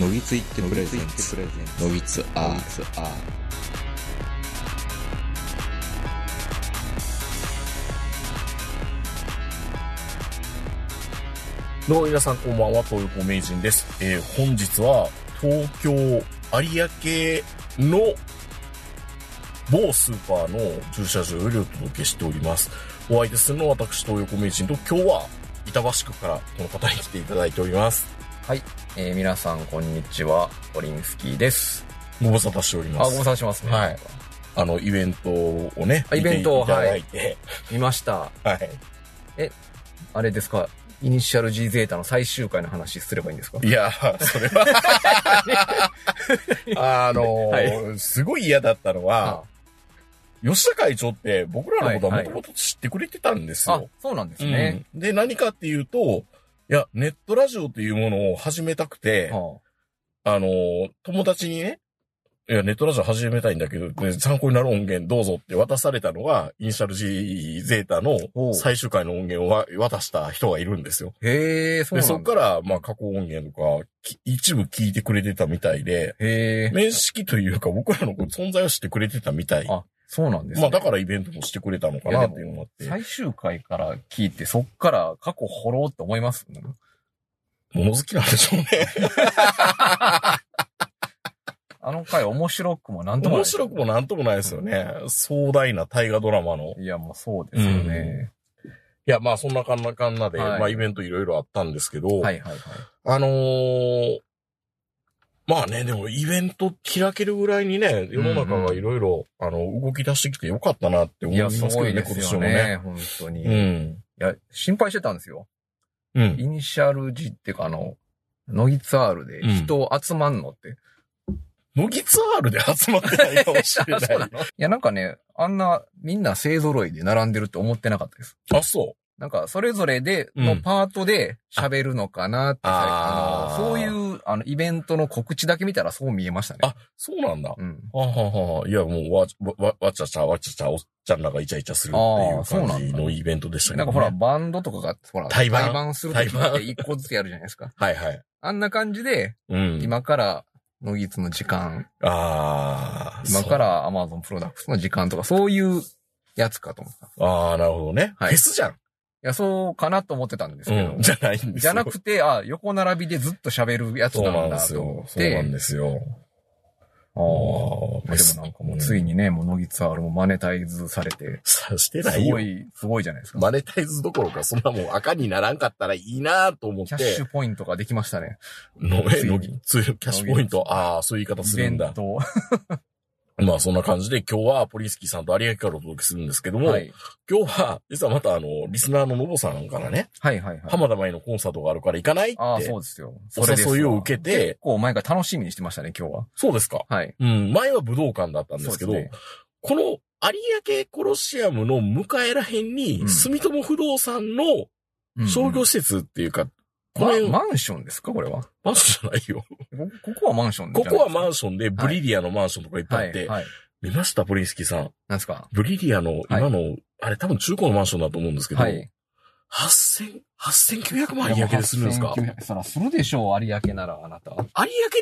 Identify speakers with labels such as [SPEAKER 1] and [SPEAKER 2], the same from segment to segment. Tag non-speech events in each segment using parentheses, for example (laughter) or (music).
[SPEAKER 1] のぎついってプレゼンツのぎつアーツアー
[SPEAKER 2] どうも皆さんこんばんは、東横名人です。えー本日は東京有明の某スーパーの駐車場よりお届けしております。お相手するのは私、東横名人と今日は板橋区からこの方に来ていただいております。
[SPEAKER 3] はい、えー、皆さんこんにちは、オリンスキーです。
[SPEAKER 2] ご無沙汰しており
[SPEAKER 3] あ、
[SPEAKER 2] ま
[SPEAKER 3] ご
[SPEAKER 2] す。
[SPEAKER 3] 無沙汰してますね。
[SPEAKER 2] はい。あの、イベントをね、
[SPEAKER 3] あイベント
[SPEAKER 2] 見
[SPEAKER 3] を
[SPEAKER 2] ていただいて、
[SPEAKER 3] 見ました。
[SPEAKER 2] はい。
[SPEAKER 3] あれですか、イニシャル G ゼータの最終回の話すればいいんですか
[SPEAKER 2] いや、それは、あ (laughs) の、すごい嫌だったのは、吉田会長って僕らのことはもともと知ってくれてたんですよ。
[SPEAKER 3] あ、そうなんですね。
[SPEAKER 2] うんで、何かっていうと、いや、ネットラジオというものを始めたくて、
[SPEAKER 3] は
[SPEAKER 2] あの、友達にね、いや、ネットラジオ始めたいんだけど、ね参考になる音源どうぞって渡されたのが、イニシャル G ゼータ
[SPEAKER 3] お
[SPEAKER 2] の
[SPEAKER 3] う
[SPEAKER 2] 最終回の音源をわ渡した人がいるんですよ。
[SPEAKER 3] あ、へえ、そう
[SPEAKER 2] で、
[SPEAKER 3] なんだ。
[SPEAKER 2] そっか。ら、まあ、過去音源とか、き一部聞いてくれてたみたいで、
[SPEAKER 3] へえ、
[SPEAKER 2] 面識というか、僕らの存在を知ってくれてたみたい。
[SPEAKER 3] あ、そうなんです、
[SPEAKER 2] まあ、
[SPEAKER 3] ね。
[SPEAKER 2] だからイベントもしてくれたのかなっていうのもあって。
[SPEAKER 3] 最終回から聞いて、そっから過去掘ろうって思います、
[SPEAKER 2] 物好きなんでしょうね。
[SPEAKER 3] あの回面白くもなんともない。
[SPEAKER 2] 面白くもなんともないですよね。壮大な大河ドラマの。い
[SPEAKER 3] いや、もうそうですよね。
[SPEAKER 2] や、まあそんなかんなかんなで、
[SPEAKER 3] はい
[SPEAKER 2] まあイベントいろいろあったんですけど、
[SPEAKER 3] はいはいはい。
[SPEAKER 2] あのーまあね、でもイベント開けるぐらいにね、世の中がいろいろ、あの、動き出してきてよかったなって思
[SPEAKER 3] い
[SPEAKER 2] い
[SPEAKER 3] や、
[SPEAKER 2] ますすけど
[SPEAKER 3] ごい
[SPEAKER 2] ね、
[SPEAKER 3] で
[SPEAKER 2] 今
[SPEAKER 3] す
[SPEAKER 2] 年
[SPEAKER 3] よ
[SPEAKER 2] も
[SPEAKER 3] ね
[SPEAKER 2] ね。、
[SPEAKER 3] 本当に。
[SPEAKER 2] う
[SPEAKER 3] い
[SPEAKER 2] ん。
[SPEAKER 3] や、心配してたんですよ。
[SPEAKER 2] うん。
[SPEAKER 3] イニシャル G っていうかあの、ノギツアールで人集まんのって。
[SPEAKER 2] 乃木ツアールで集まってないかもしれ
[SPEAKER 3] あ (laughs) そう
[SPEAKER 2] な。
[SPEAKER 3] ないのいやなんかね、あんなみんな勢揃いで並んでるって思ってなかったです。
[SPEAKER 2] あ、そう。
[SPEAKER 3] なんかそれぞれで、
[SPEAKER 2] うん
[SPEAKER 3] のパートで喋るのかなって、
[SPEAKER 2] あ
[SPEAKER 3] あ
[SPEAKER 2] あー
[SPEAKER 3] のそういうあのイベントの告知だけ見たらそう見えましたね。
[SPEAKER 2] あ、そうなんだ。
[SPEAKER 3] うん。
[SPEAKER 2] はあはあはあいや、もう、わ、わ、わちゃちゃ、わちゃちゃ、おっちゃんらがイチャイチャする
[SPEAKER 3] あー
[SPEAKER 2] って
[SPEAKER 3] そ
[SPEAKER 2] いうう
[SPEAKER 3] なんだ
[SPEAKER 2] 感じのイベントでしたけ
[SPEAKER 3] な
[SPEAKER 2] ど、ね。
[SPEAKER 3] んかほら、バンドとかが、ほら、
[SPEAKER 2] 対バン
[SPEAKER 3] するとき
[SPEAKER 2] 対バ
[SPEAKER 3] って
[SPEAKER 2] ン
[SPEAKER 3] 一個ずつやるじゃないですか。
[SPEAKER 2] はいはい。
[SPEAKER 3] あんな感じで、
[SPEAKER 2] うん。
[SPEAKER 3] 今から、ノギツの時間、
[SPEAKER 2] ああ。
[SPEAKER 3] 今からアマゾンプロダクツの時間とか、そういうやつかと思った。
[SPEAKER 2] そう。ああ、なるほどね。
[SPEAKER 3] はい
[SPEAKER 2] フェスじゃん。
[SPEAKER 3] いや、そうかなと思ってたんですけど。
[SPEAKER 2] うん。じゃないんですよ。
[SPEAKER 3] (laughs) じゃなくて、あ、横並びでずっと喋るやつ
[SPEAKER 2] そうな
[SPEAKER 3] なん
[SPEAKER 2] で
[SPEAKER 3] んだ
[SPEAKER 2] す
[SPEAKER 3] と
[SPEAKER 2] よ
[SPEAKER 3] 思。っ
[SPEAKER 2] そうな
[SPEAKER 3] て
[SPEAKER 2] ん。ですよ。
[SPEAKER 3] あ
[SPEAKER 2] あ
[SPEAKER 3] あでもなんかもうつい
[SPEAKER 2] に。
[SPEAKER 3] にね、もうノギツアールもマネタイズされて、
[SPEAKER 2] さしてな
[SPEAKER 3] す
[SPEAKER 2] いよ
[SPEAKER 3] ご。い、すごいじゃないですか。
[SPEAKER 2] マネタイズどころか、そんなもう赤にならんかったらいいなと思っ
[SPEAKER 3] キャッシ
[SPEAKER 2] て
[SPEAKER 3] ュ。ポイントができましたね。
[SPEAKER 2] の、
[SPEAKER 3] (laughs)
[SPEAKER 2] え、
[SPEAKER 3] ついに
[SPEAKER 2] のぎ、ついキャッシュポイント。ああ、そういう言い方するんだ。
[SPEAKER 3] ト。
[SPEAKER 2] まあ、そんな感じで今日はポリンスキーさんと有明からお届けするんですけども、
[SPEAKER 3] はい。
[SPEAKER 2] 今日は、実はまたあの、リスナーののぼさんからね、
[SPEAKER 3] はいはいはい。
[SPEAKER 2] 浜田舞のコンサートがあるから行かないって、
[SPEAKER 3] ああ、そうですよ。それです
[SPEAKER 2] お
[SPEAKER 3] わ
[SPEAKER 2] 誘いを受けて
[SPEAKER 3] 結、構前から楽しみにしてましたね、今日は。
[SPEAKER 2] そうですか。
[SPEAKER 3] はい。
[SPEAKER 2] うん、前は武道館だったんですけど、
[SPEAKER 3] そうですね
[SPEAKER 2] この有明コロシアムの迎えらへんに、
[SPEAKER 3] うん
[SPEAKER 2] 住友不動産の
[SPEAKER 3] うんうん
[SPEAKER 2] 商業施設っていうか、こ
[SPEAKER 3] ま
[SPEAKER 2] れ、マン
[SPEAKER 3] マンションですかこれは。こ
[SPEAKER 2] ションじゃないよ。
[SPEAKER 3] ここはマンション
[SPEAKER 2] ここはマ
[SPEAKER 3] ンシ
[SPEAKER 2] ンションで、ブリリアのマンションとかいっぱいあって、
[SPEAKER 3] はい。はい。
[SPEAKER 2] 見ました、ポリンスキーさん。
[SPEAKER 3] なんですか
[SPEAKER 2] ブリリアの、今の、あれ多分中古のマンションだと思うんですけど、
[SPEAKER 3] はい。
[SPEAKER 2] 8000、8900万 (laughs) 有明でするんですか有明
[SPEAKER 3] 8900そら、するでしょう、有明なら、あなた。
[SPEAKER 2] っ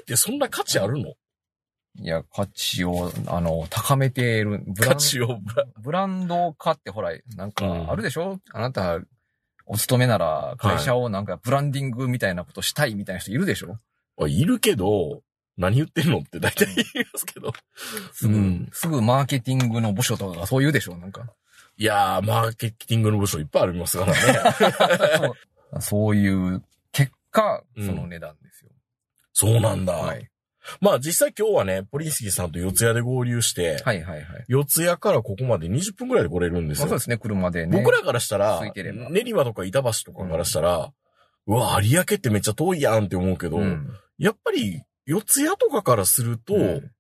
[SPEAKER 2] てそんな価値あるの
[SPEAKER 3] いや、価値を、あの、高めてる。ブラ
[SPEAKER 2] 価
[SPEAKER 3] ン
[SPEAKER 2] 値を、
[SPEAKER 3] ブランド化ってほら、なん
[SPEAKER 2] うん
[SPEAKER 3] か、あるでしょ、あなた、お勤めなら、会社をなんかブランディングみたいなことしたいみたいな人いるでしょ
[SPEAKER 2] いるけど、何言ってんのって大体言いますけど。
[SPEAKER 3] (laughs) すぐ、
[SPEAKER 2] うん
[SPEAKER 3] すぐマーケティングの部署とかがそう言うでしょな
[SPEAKER 2] (laughs)
[SPEAKER 3] んか。
[SPEAKER 2] いやー、マーケティングの部署いっぱいありますからね。
[SPEAKER 3] (laughs) そういう結果、
[SPEAKER 2] うん
[SPEAKER 3] その値段ですよ。
[SPEAKER 2] そうなんだ。
[SPEAKER 3] はい。
[SPEAKER 2] まあ実際今日はね、ポリンスキーさんと四谷で合流して、
[SPEAKER 3] はいはいはい。
[SPEAKER 2] 四谷からここまで20分くらいで来れるんです
[SPEAKER 3] まあ、
[SPEAKER 2] よ。
[SPEAKER 3] そうですね、車でね。
[SPEAKER 2] 僕らからしたら
[SPEAKER 3] 空いてれ、ば
[SPEAKER 2] 練馬とか板橋とかからしたら、うわ、有明ってめっちゃ遠いやんって思うけど、
[SPEAKER 3] うん、
[SPEAKER 2] やっぱり四谷とかからすると、
[SPEAKER 3] うん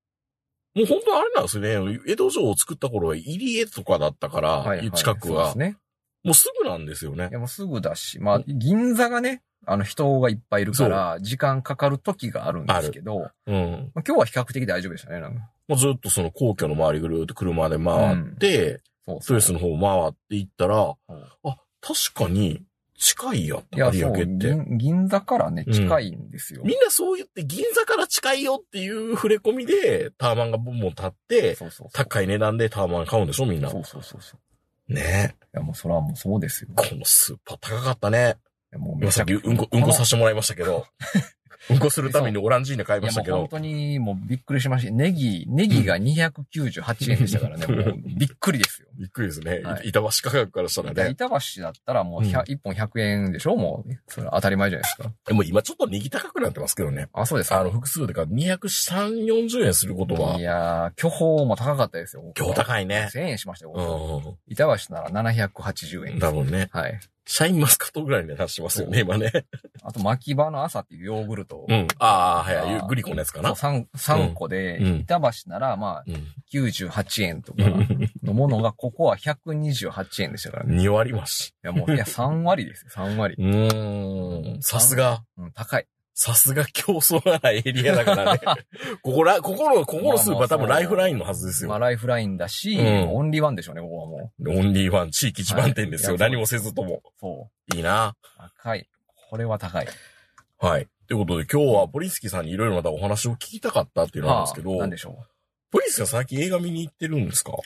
[SPEAKER 2] もう本当あれなんですよね。江戸城を作った頃は入り江とかだったから、
[SPEAKER 3] はいはい、
[SPEAKER 2] 近く
[SPEAKER 3] そうで
[SPEAKER 2] は、
[SPEAKER 3] すね。
[SPEAKER 2] もうすぐなんですよね
[SPEAKER 3] いや、。もうすぐだし、まあ、銀座がね、あの人がいっぱいいるから、時間かかる時があるんですけど、
[SPEAKER 2] うん。
[SPEAKER 3] まあ、今日は比較的大丈夫でしたね、なんか。
[SPEAKER 2] もうずっとその皇居の周りぐるーっと車で回って、
[SPEAKER 3] そう
[SPEAKER 2] ストレスの
[SPEAKER 3] の。
[SPEAKER 2] 方を回っていったら、
[SPEAKER 3] うん
[SPEAKER 2] あ、確かに、近いやん。
[SPEAKER 3] いや、
[SPEAKER 2] 有
[SPEAKER 3] そう、
[SPEAKER 2] 明って。
[SPEAKER 3] 銀銀座からね、
[SPEAKER 2] うん
[SPEAKER 3] 近いんですよ。
[SPEAKER 2] みんなそう言って銀座から近いよっていう触れ込みで、タワマンがボンボン立って、
[SPEAKER 3] そうそうそう。
[SPEAKER 2] 高い値段でタワマン買うんでしょみんな
[SPEAKER 3] そ。うそうそうそう。
[SPEAKER 2] ね
[SPEAKER 3] いや、もうそれはもうそうですよ。
[SPEAKER 2] このスーパー高かったね。
[SPEAKER 3] いやもう
[SPEAKER 2] 今さっきうんこ、うんこさせてもらいましたけ (laughs) ど。うんこするためにオランジーナ買い
[SPEAKER 3] い
[SPEAKER 2] ま
[SPEAKER 3] や
[SPEAKER 2] した
[SPEAKER 3] もう
[SPEAKER 2] け
[SPEAKER 3] 本
[SPEAKER 2] ど。
[SPEAKER 3] 当にもうびっくりしました。ネギ、ネギが298円でし
[SPEAKER 2] (laughs)
[SPEAKER 3] たからね、
[SPEAKER 2] うん
[SPEAKER 3] もうびっくりですよ。
[SPEAKER 2] びっくりですね。
[SPEAKER 3] はい
[SPEAKER 2] 板橋価格からしたら
[SPEAKER 3] いや
[SPEAKER 2] ね。
[SPEAKER 3] 板橋だったらもう
[SPEAKER 2] うん
[SPEAKER 3] 100 1本100円でしょもう、それは当たり前じゃないですか。
[SPEAKER 2] でも今ちょっと右高くなってますけどね。
[SPEAKER 3] あ、そうですか、
[SPEAKER 2] あの、複数でか203、40円することはい
[SPEAKER 3] やー、巨峰も高かったですよ。
[SPEAKER 2] 今日高いね。
[SPEAKER 3] 1000円しましたよ、
[SPEAKER 2] う
[SPEAKER 3] 僕
[SPEAKER 2] ん
[SPEAKER 3] 板橋なら780
[SPEAKER 2] う
[SPEAKER 3] 円
[SPEAKER 2] ん。
[SPEAKER 3] です。
[SPEAKER 2] 多分ね。
[SPEAKER 3] はい。
[SPEAKER 2] シャインマスカットぐらいに出してますよね、今ね。
[SPEAKER 3] あと、巻き場の朝っていうヨーグルト。
[SPEAKER 2] うん。ああ、は
[SPEAKER 3] あ
[SPEAKER 2] いはい。
[SPEAKER 3] ー
[SPEAKER 2] グリコのやつか
[SPEAKER 3] そ
[SPEAKER 2] な
[SPEAKER 3] う。三三個で、
[SPEAKER 2] うんうん
[SPEAKER 3] 板橋ならまあ
[SPEAKER 2] うん。
[SPEAKER 3] 98円とかのものが、ここは128円でしたからね。い
[SPEAKER 2] 2割増し。
[SPEAKER 3] やもう、いや3割ですよ、3割。
[SPEAKER 2] うーん。さすが。
[SPEAKER 3] うん、高い。
[SPEAKER 2] さすが競争がないエリアだからね。ここら、ここの、ここのスーパー多分ライフラインのはずですよ。
[SPEAKER 3] (laughs) まあ、ライフラインだし、
[SPEAKER 2] うん
[SPEAKER 3] オンリーワンでしょうね、ここはもう。
[SPEAKER 2] オンリーワン、地域一番店ですよ。
[SPEAKER 3] はい
[SPEAKER 2] 何もせずとも。
[SPEAKER 3] そ
[SPEAKER 2] いいな。
[SPEAKER 3] う。高い。これは高い。
[SPEAKER 2] はい。ということで今日はポリスキさんにいろいろまたお話を聞きたかったっていうのなんですけど、
[SPEAKER 3] なんでしょ
[SPEAKER 2] ポリスキさん最近映画見に行ってるんですか
[SPEAKER 3] う。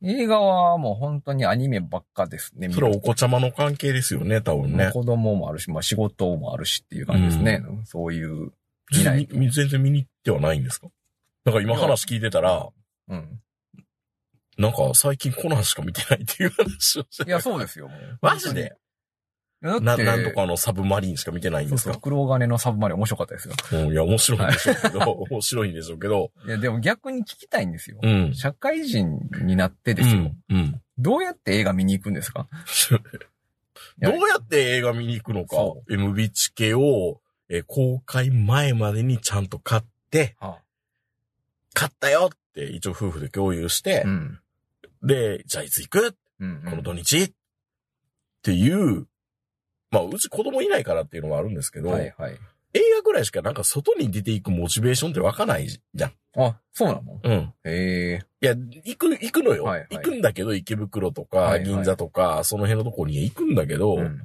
[SPEAKER 3] 映画はもう本当にアニメばっかですね。
[SPEAKER 2] それはお子ちゃまの関係ですよね、多分
[SPEAKER 3] まあ
[SPEAKER 2] ね。
[SPEAKER 3] 子供もあるし、まあ仕事もあるしっていう感じですね。そういう。見
[SPEAKER 2] 全
[SPEAKER 3] な
[SPEAKER 2] 然
[SPEAKER 3] い
[SPEAKER 2] 見全然見に行ってはないんですかなんか今話聞いてたら、
[SPEAKER 3] うん。
[SPEAKER 2] なんか最近コナンしか見てないっていう話をして
[SPEAKER 3] いや、そうですよ。もう
[SPEAKER 2] (laughs) マジで
[SPEAKER 3] 本当にいやだ
[SPEAKER 2] な、
[SPEAKER 3] って、
[SPEAKER 2] なんとかのサブマリンしか見てないん
[SPEAKER 3] そ
[SPEAKER 2] で
[SPEAKER 3] う
[SPEAKER 2] す
[SPEAKER 3] そう、
[SPEAKER 2] か
[SPEAKER 3] 黒金のサブマリン面白かったですよ。
[SPEAKER 2] うん、いや、面白いんでしょうけど、面白いんでしょうけど、
[SPEAKER 3] いや、でも逆に聞きたいんですよ。
[SPEAKER 2] うん。
[SPEAKER 3] 社会人になって
[SPEAKER 2] う
[SPEAKER 3] ですよ、
[SPEAKER 2] ん。うん。
[SPEAKER 3] どうやって映画見に行くんですか
[SPEAKER 2] (laughs) どうやって映画見に行くのか
[SPEAKER 3] そ。
[SPEAKER 2] MB チケを、えー公開前までにちゃんと買って、
[SPEAKER 3] は
[SPEAKER 2] 買ったよって一応夫婦で共有して
[SPEAKER 3] う、ん。
[SPEAKER 2] で、じゃあいつ行く
[SPEAKER 3] うん、
[SPEAKER 2] こ
[SPEAKER 3] う
[SPEAKER 2] の
[SPEAKER 3] ん。
[SPEAKER 2] 土日、っていう、まあ、うち子供いないからっていうのはあるんですけど、
[SPEAKER 3] はいはい。
[SPEAKER 2] 映画ぐらいしかなんか外に出ていくモチベーションって湧かないじゃん。
[SPEAKER 3] あ、そうなの
[SPEAKER 2] うん。
[SPEAKER 3] へえ。
[SPEAKER 2] いや、行く、行くのよ。
[SPEAKER 3] はいはい
[SPEAKER 2] 行くんだけど、池袋と
[SPEAKER 3] はい
[SPEAKER 2] か、
[SPEAKER 3] はい
[SPEAKER 2] 銀座とか、その辺のとこに行くんだけど、
[SPEAKER 3] うん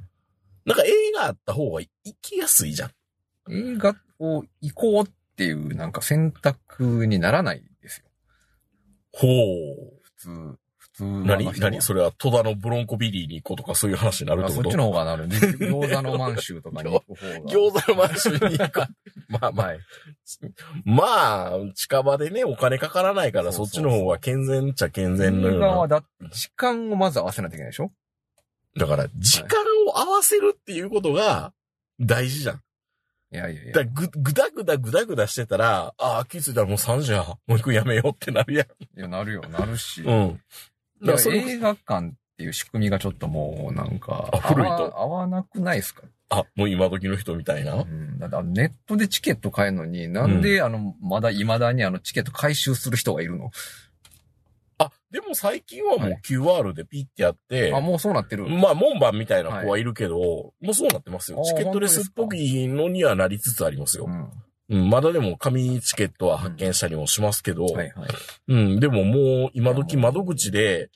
[SPEAKER 2] なんか映画あった方が行きやすいじゃん。
[SPEAKER 3] 映画を行こうっていうなんか選択にならないですよ。
[SPEAKER 2] ほう。
[SPEAKER 3] 普通、普通の
[SPEAKER 2] 何何それは戸田のブロンコビリーに行こうとかそういう話になるっ
[SPEAKER 3] あ
[SPEAKER 2] てこ
[SPEAKER 3] そっ
[SPEAKER 2] と
[SPEAKER 3] ちの方がな (laughs) る。餃子の満州とかに行く方が。
[SPEAKER 2] 餃子のマンションに行く。
[SPEAKER 3] (laughs)
[SPEAKER 2] まあまあ、
[SPEAKER 3] はい。
[SPEAKER 2] まあ、近場でね、お金かからないから、
[SPEAKER 3] そ
[SPEAKER 2] そうっ
[SPEAKER 3] そ
[SPEAKER 2] ち
[SPEAKER 3] うそ
[SPEAKER 2] の
[SPEAKER 3] う
[SPEAKER 2] 方が健全っちゃ健全のよ
[SPEAKER 3] 映
[SPEAKER 2] う
[SPEAKER 3] 画
[SPEAKER 2] な
[SPEAKER 3] は。だって時間をまず合わせないといけないでしょ
[SPEAKER 2] だから、時間を合わせるっていうことが大事じゃん。
[SPEAKER 3] いやいやいや。
[SPEAKER 2] だぐ、ぐだぐだぐだぐだしてたら、ああ、気づいたらもう3時や。もう行くんやめようってなるやん。
[SPEAKER 3] いや、なるよ、なるし。
[SPEAKER 2] うん。だか
[SPEAKER 3] いや
[SPEAKER 2] らそれ
[SPEAKER 3] 映画館っていう仕組みがちょっともうなんか、
[SPEAKER 2] あ古いと
[SPEAKER 3] 合わ合わなくないですか、
[SPEAKER 2] あ、もう今時の人みたいな。
[SPEAKER 3] うん、だってあのネットでチケット買えるのに、なんで、あの、まだ未だにあのチケット回収する人がいるの、
[SPEAKER 2] あ、でも最近はも
[SPEAKER 3] は
[SPEAKER 2] う
[SPEAKER 3] い
[SPEAKER 2] QR でピッてやって、
[SPEAKER 3] あ、もうそうなってる。
[SPEAKER 2] まあ門番みたいな子はいるけど、もうそうなってますよ
[SPEAKER 3] あ。
[SPEAKER 2] チケットレスっぽいのにはなりつつありますよ
[SPEAKER 3] う。ん。
[SPEAKER 2] うん、まだでも紙チケットは発見したりもしますけど、うん、
[SPEAKER 3] はいはい。
[SPEAKER 2] でももう今時窓口で、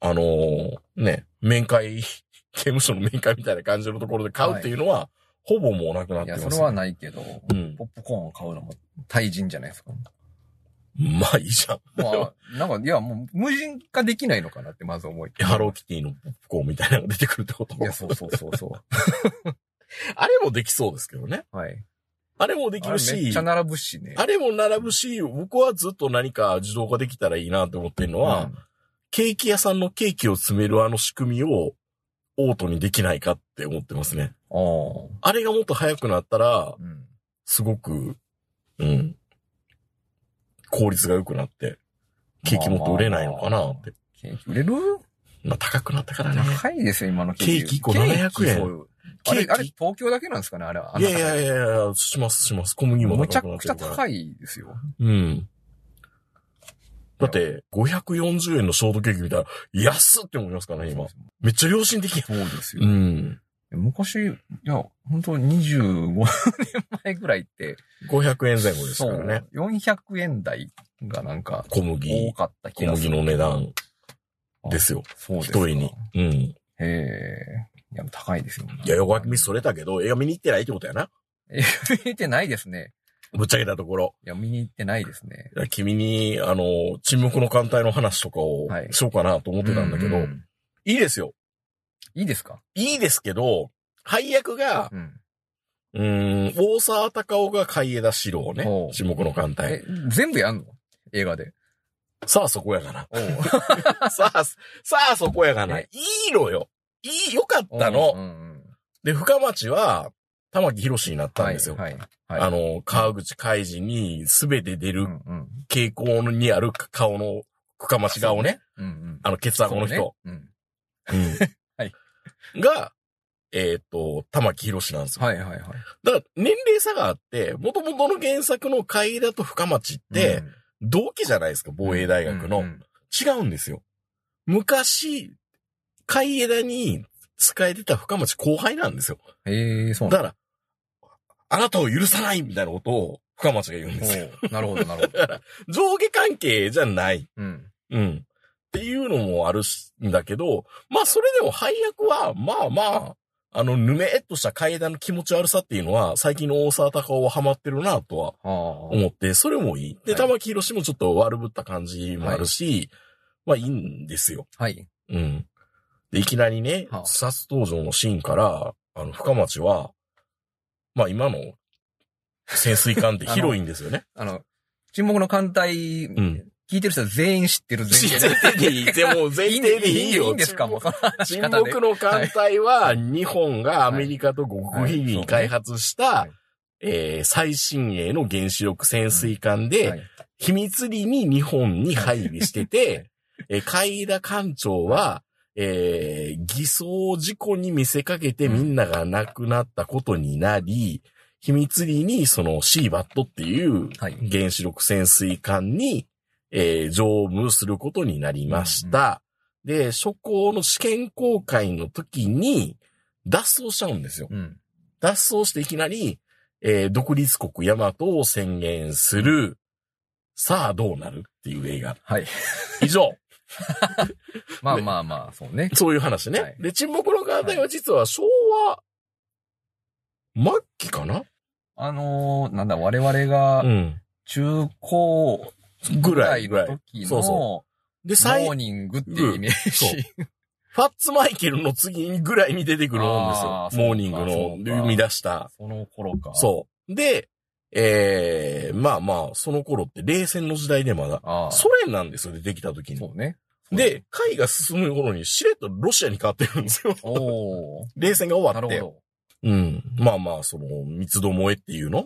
[SPEAKER 2] あのーね、面会、 (laughs) 刑務所の面会みたいな感じのところで買うっていうのは、ほぼもうなくなっ
[SPEAKER 3] い
[SPEAKER 2] て
[SPEAKER 3] や、
[SPEAKER 2] ます、
[SPEAKER 3] それはないけど、
[SPEAKER 2] うん。
[SPEAKER 3] ポップコーンを買うのも対人じゃないですか。
[SPEAKER 2] まあいいじゃん。
[SPEAKER 3] まあ、なんか、いや、もう無人化できないのかなってまず思い。
[SPEAKER 2] ハローキティのポップコーンみたいなのが出てくるってこと
[SPEAKER 3] いや、そうそうそうそ
[SPEAKER 2] あれもできそうですけどね。
[SPEAKER 3] う。はい。
[SPEAKER 2] あれもでき
[SPEAKER 3] あ
[SPEAKER 2] る
[SPEAKER 3] れめっ
[SPEAKER 2] し
[SPEAKER 3] ちゃ、並ぶしね。
[SPEAKER 2] あれも並ぶし、僕はずっと何か自動化できたらいいなと思ってるのは、
[SPEAKER 3] うん
[SPEAKER 2] ケーキ屋さんのケーキを詰めるあの仕組みを、オートにできないかって思ってますね。
[SPEAKER 3] あー
[SPEAKER 2] あれがもっと早くなったら、
[SPEAKER 3] うん。
[SPEAKER 2] すごく、うん、効率が良くなって、ケーキもっと売れないのかなって。
[SPEAKER 3] ケーキ売れる
[SPEAKER 2] まあ高くなったからね。
[SPEAKER 3] 高いですよ、今の
[SPEAKER 2] ケーキ一個700円
[SPEAKER 3] そう
[SPEAKER 2] ケ
[SPEAKER 3] あ
[SPEAKER 2] ー
[SPEAKER 3] れ
[SPEAKER 2] キ、
[SPEAKER 3] あれ、東京だけなんですかねあれは。あ
[SPEAKER 2] い
[SPEAKER 3] んな
[SPEAKER 2] やいやいやいや、しますします。小麦も
[SPEAKER 3] むち
[SPEAKER 2] 高
[SPEAKER 3] ゃ
[SPEAKER 2] くなっ
[SPEAKER 3] く
[SPEAKER 2] て
[SPEAKER 3] ちゃ
[SPEAKER 2] るから。
[SPEAKER 3] 高いですよ。
[SPEAKER 2] うん。だって、540円のショートケーキ見たら、安っって思いますからね、今。めっちゃ良心的や。
[SPEAKER 3] そうですよ。
[SPEAKER 2] うん。
[SPEAKER 3] 昔、いや、本当25年前ぐらいって、
[SPEAKER 2] 500円前後ですからね。
[SPEAKER 3] そう400円台がなんか、
[SPEAKER 2] 小麦
[SPEAKER 3] 多、かった気
[SPEAKER 2] 小
[SPEAKER 3] がす
[SPEAKER 2] 麦の
[SPEAKER 3] る。
[SPEAKER 2] 値段ですよ。
[SPEAKER 3] そうです
[SPEAKER 2] 一
[SPEAKER 3] か。
[SPEAKER 2] 重に。うん。
[SPEAKER 3] へえ。いや、高いですよ。
[SPEAKER 2] いや、横書きミスそれたけど、映画見に行ってないってことやな。
[SPEAKER 3] え見てないですね。
[SPEAKER 2] ぶっちゃけたところ。
[SPEAKER 3] いや、見に行ってないですね。
[SPEAKER 2] いや君に、あの、沈黙の艦隊の話とかを
[SPEAKER 3] はい
[SPEAKER 2] しようかなと思ってたんだけど、
[SPEAKER 3] う
[SPEAKER 2] い
[SPEAKER 3] ん
[SPEAKER 2] いですよ。
[SPEAKER 3] いいですか
[SPEAKER 2] いいですけど、配役が、
[SPEAKER 3] うん。
[SPEAKER 2] うーん、大沢たかおが海江田四郎ね
[SPEAKER 3] ほ。う
[SPEAKER 2] 沈黙の艦隊。
[SPEAKER 3] え、全部やんの映画で。
[SPEAKER 2] さあそこや
[SPEAKER 3] (laughs)。
[SPEAKER 2] がな
[SPEAKER 3] おう
[SPEAKER 2] さあ、さあそこやがな。い
[SPEAKER 3] え
[SPEAKER 2] いのよ。いい、よかったの。
[SPEAKER 3] うんうん
[SPEAKER 2] で、深町は、玉木宏になったんですよ。
[SPEAKER 3] はい。はいはい
[SPEAKER 2] あの、川口海事に全て出
[SPEAKER 3] う
[SPEAKER 2] る
[SPEAKER 3] んうん。
[SPEAKER 2] 傾向にある顔の、深町顔ね。
[SPEAKER 3] うんうん。
[SPEAKER 2] あの、ケツアゴの人。
[SPEAKER 3] そうね。 (laughs)
[SPEAKER 2] はい。が、えーっ、と、玉木宏なんです
[SPEAKER 3] うん。
[SPEAKER 2] よ。
[SPEAKER 3] はいはいはい。
[SPEAKER 2] だから、年齢差があって、元々の原作の海田と深町って、同期じゃないですか、
[SPEAKER 3] うん、
[SPEAKER 2] 防衛大学の。
[SPEAKER 3] うんうん
[SPEAKER 2] 違うんですよ。昔、海枝に使えてた深町後輩なんですよ。
[SPEAKER 3] ええ、そう
[SPEAKER 2] だ
[SPEAKER 3] なん
[SPEAKER 2] から、あなたを許さないみたいなことを深町が言うんですよ。
[SPEAKER 3] おうなるほどなるほ
[SPEAKER 2] (laughs)
[SPEAKER 3] ど。
[SPEAKER 2] 上下関係じゃない。
[SPEAKER 3] うん。
[SPEAKER 2] うん。っていうのもあるしんだけど、まあそれでも配役は、まあまあ、あの、ぬめっとした階段の気持ち悪さっていうのは、最近の大沢隆夫はハマってるなとは
[SPEAKER 3] ああ。
[SPEAKER 2] 思って、それもいい。で、
[SPEAKER 3] はい
[SPEAKER 2] 玉木宏もちょっと悪ぶった感じもあるし、まあいいんですよ。
[SPEAKER 3] はい。
[SPEAKER 2] うん。で、いきなりね、
[SPEAKER 3] はあ
[SPEAKER 2] 自殺登場のシーンから、あの、深町は、まあ今の潜水艦って広いんですよ
[SPEAKER 3] (laughs)
[SPEAKER 2] ね。
[SPEAKER 3] あの、沈黙の艦隊、
[SPEAKER 2] ん
[SPEAKER 3] 聞いてる人は全員知ってる前
[SPEAKER 2] 前
[SPEAKER 3] 提で。
[SPEAKER 2] 提 (laughs) でいい。でも前
[SPEAKER 3] いんで
[SPEAKER 2] 提でいいよ。
[SPEAKER 3] んですかもう、その話し
[SPEAKER 2] 沈
[SPEAKER 3] 方で
[SPEAKER 2] 黙の艦隊は、日本がアメリカと極秘に開発し
[SPEAKER 3] は
[SPEAKER 2] た
[SPEAKER 3] い、
[SPEAKER 2] えー最新鋭の原子力潜水艦
[SPEAKER 3] は
[SPEAKER 2] で、
[SPEAKER 3] い
[SPEAKER 2] 秘密裏に日本に配備してて、えー海田艦長は、えー偽装事故に見せかけてみんなが亡くなったことになり、秘密裏にその c バットっていう
[SPEAKER 3] はい
[SPEAKER 2] 原子力潜水艦に、えー乗務することになりました。で、初行の試験公開の時に脱走しちゃうんですよ。
[SPEAKER 3] うん。
[SPEAKER 2] 脱走していきなり、えー独立国ヤマトを宣言する。さあどうなるっていう映画。
[SPEAKER 3] はい。
[SPEAKER 2] 以上。
[SPEAKER 3] まあまあまあ、そうね。
[SPEAKER 2] そういう話ね。
[SPEAKER 3] はい
[SPEAKER 2] で、沈黙の艦隊は実は昭和末期かな、
[SPEAKER 3] あのー、なんだ、我々が
[SPEAKER 2] うん。
[SPEAKER 3] 中高
[SPEAKER 2] ぐ
[SPEAKER 3] ぐ
[SPEAKER 2] ら
[SPEAKER 3] ら
[SPEAKER 2] い、
[SPEAKER 3] い
[SPEAKER 2] ぐら
[SPEAKER 3] の
[SPEAKER 2] い。
[SPEAKER 3] 時
[SPEAKER 2] そう
[SPEAKER 3] の、
[SPEAKER 2] で、最
[SPEAKER 3] モーニングっていうイメー
[SPEAKER 2] そう
[SPEAKER 3] ジ。
[SPEAKER 2] ファッツマイケルの次ぐらいに出てくるんです
[SPEAKER 3] あ
[SPEAKER 2] よ
[SPEAKER 3] ー。そうか
[SPEAKER 2] モーニングの
[SPEAKER 3] そうか
[SPEAKER 2] 生み出した。
[SPEAKER 3] (laughs) その頃か。
[SPEAKER 2] そう。で、えー、まあまあ、その頃って冷戦の時代でまだ、
[SPEAKER 3] ああ。
[SPEAKER 2] ソ連なんですよ、出てきた時に。
[SPEAKER 3] そうね。
[SPEAKER 2] で、会が進む頃にしれっとロシアに変わってるんですよ。
[SPEAKER 3] おお。
[SPEAKER 2] (laughs) 冷戦が終わ
[SPEAKER 3] なる
[SPEAKER 2] って。
[SPEAKER 3] ほ
[SPEAKER 2] うん。まあまあ、その、三つどもえっていうの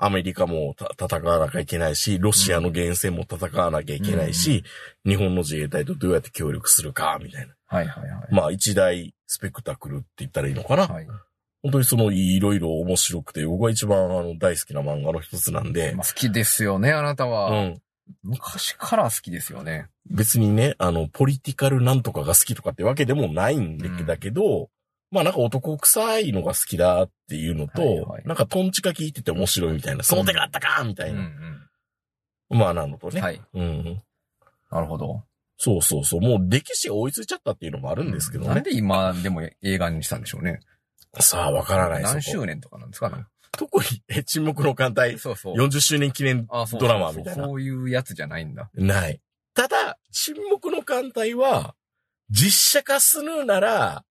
[SPEAKER 2] アメリカもた戦わなきゃいけないし、ロシアの源泉も戦わなきゃいけないし、日本の自衛隊とどうやって協力するか、みたいな。
[SPEAKER 3] ど。はいはいはい。
[SPEAKER 2] まあ、一大スペクタクルって言ったらいいのかな。
[SPEAKER 3] はい。
[SPEAKER 2] 本当にその、いろいろ面白くて、僕が一番あの、大好きな漫画の一つなんで
[SPEAKER 3] ま、あ好きですよね、あなた
[SPEAKER 2] う
[SPEAKER 3] は。
[SPEAKER 2] ん。
[SPEAKER 3] 昔から好きですよね。
[SPEAKER 2] 別にね、あの、ポリティカルなんとかが好きとかってわけでもないんだけ
[SPEAKER 3] うん
[SPEAKER 2] だけど、まあなんか男臭いのが好きだっていうのと、
[SPEAKER 3] はいはい
[SPEAKER 2] なんかトンチが効いてて面白いみたいな、その手があったかみた
[SPEAKER 3] う
[SPEAKER 2] い
[SPEAKER 3] ん
[SPEAKER 2] な、まあなのと
[SPEAKER 3] うん。
[SPEAKER 2] ね、
[SPEAKER 3] はい。
[SPEAKER 2] うん。
[SPEAKER 3] なるほど。
[SPEAKER 2] そうそうそう。もう歴史が追いついちゃったっていうのもあるんですけど
[SPEAKER 3] なん
[SPEAKER 2] ね。
[SPEAKER 3] で今でも映画にしたんでしょうね。
[SPEAKER 2] さあ、わからない
[SPEAKER 3] 何
[SPEAKER 2] そこ
[SPEAKER 3] 周年とかなんですかね。
[SPEAKER 2] 特に、え沈黙の艦隊、
[SPEAKER 3] そうそう。
[SPEAKER 2] 40周年記念
[SPEAKER 3] あそうそうそう
[SPEAKER 2] ドラマみたいな
[SPEAKER 3] そういうやつじゃないんだ。
[SPEAKER 2] ない。ただ、沈黙の艦隊は、実写化するなら、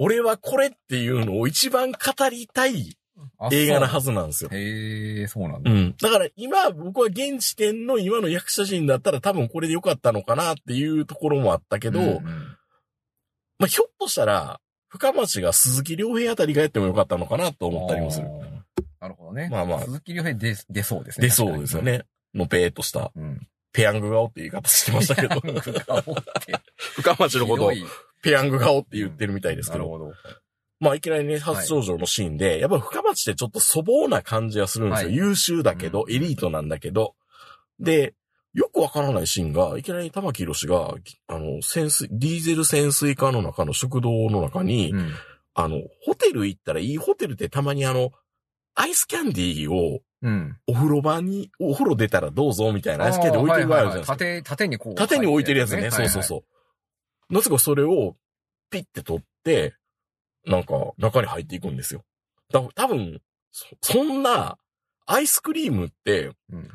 [SPEAKER 2] 俺はこれっていうのを一番語りたい
[SPEAKER 3] あ
[SPEAKER 2] 映画な
[SPEAKER 3] そう
[SPEAKER 2] はずなんですよ。
[SPEAKER 3] へえ、そうなん
[SPEAKER 2] う
[SPEAKER 3] だ。
[SPEAKER 2] ん。だから今、僕は現時点の今の役者陣だったら多分これで良かったのかなっていうところもあったけど、
[SPEAKER 3] うんうん
[SPEAKER 2] まあひょっとしたら、深町が鈴木亮平あたりがやっても良かったのかなと思ったりもする。
[SPEAKER 3] あーなるほどね。
[SPEAKER 2] まあまあ
[SPEAKER 3] 鈴木亮平出、出そうですね。
[SPEAKER 2] で、そうですよね。のぺーっとした、
[SPEAKER 3] うん。
[SPEAKER 2] ペヤング顔って言い方してましたけど、 (laughs) 深町の (laughs) ことを
[SPEAKER 3] 広い
[SPEAKER 2] ペヤング顔って言ってるみたいですけ
[SPEAKER 3] な
[SPEAKER 2] ど (laughs)
[SPEAKER 3] る、ほど。
[SPEAKER 2] まあ、いきなりね、初登場のシーンで、やっぱり深町ってちょっと粗暴な感じがするんですよ。
[SPEAKER 3] はい
[SPEAKER 2] 優秀だけど、
[SPEAKER 3] うん
[SPEAKER 2] エリートなんだけど。で、よくわからないシーンが、いきなり玉木宏が、あの、潜水、ディーゼル潜水艦の中の食堂の中に、
[SPEAKER 3] うん
[SPEAKER 2] あの、ホテル行ったらいいホテルってたまにあの、アイスキャンディーを
[SPEAKER 3] うん。
[SPEAKER 2] お風呂場に、お風呂出たらどうぞみたいなアイスキャンディー置いてる場合あるじゃないですか。
[SPEAKER 3] はいはいはい縦、縦にこう。
[SPEAKER 2] 縦に置いてるやつね。
[SPEAKER 3] はい
[SPEAKER 2] そ
[SPEAKER 3] は
[SPEAKER 2] う
[SPEAKER 3] い
[SPEAKER 2] そうそう。なぜかそれをピッて取って、なんか、中に入っていくんですよ。だ多分そ、そんな、アイスクリームって、
[SPEAKER 3] うん。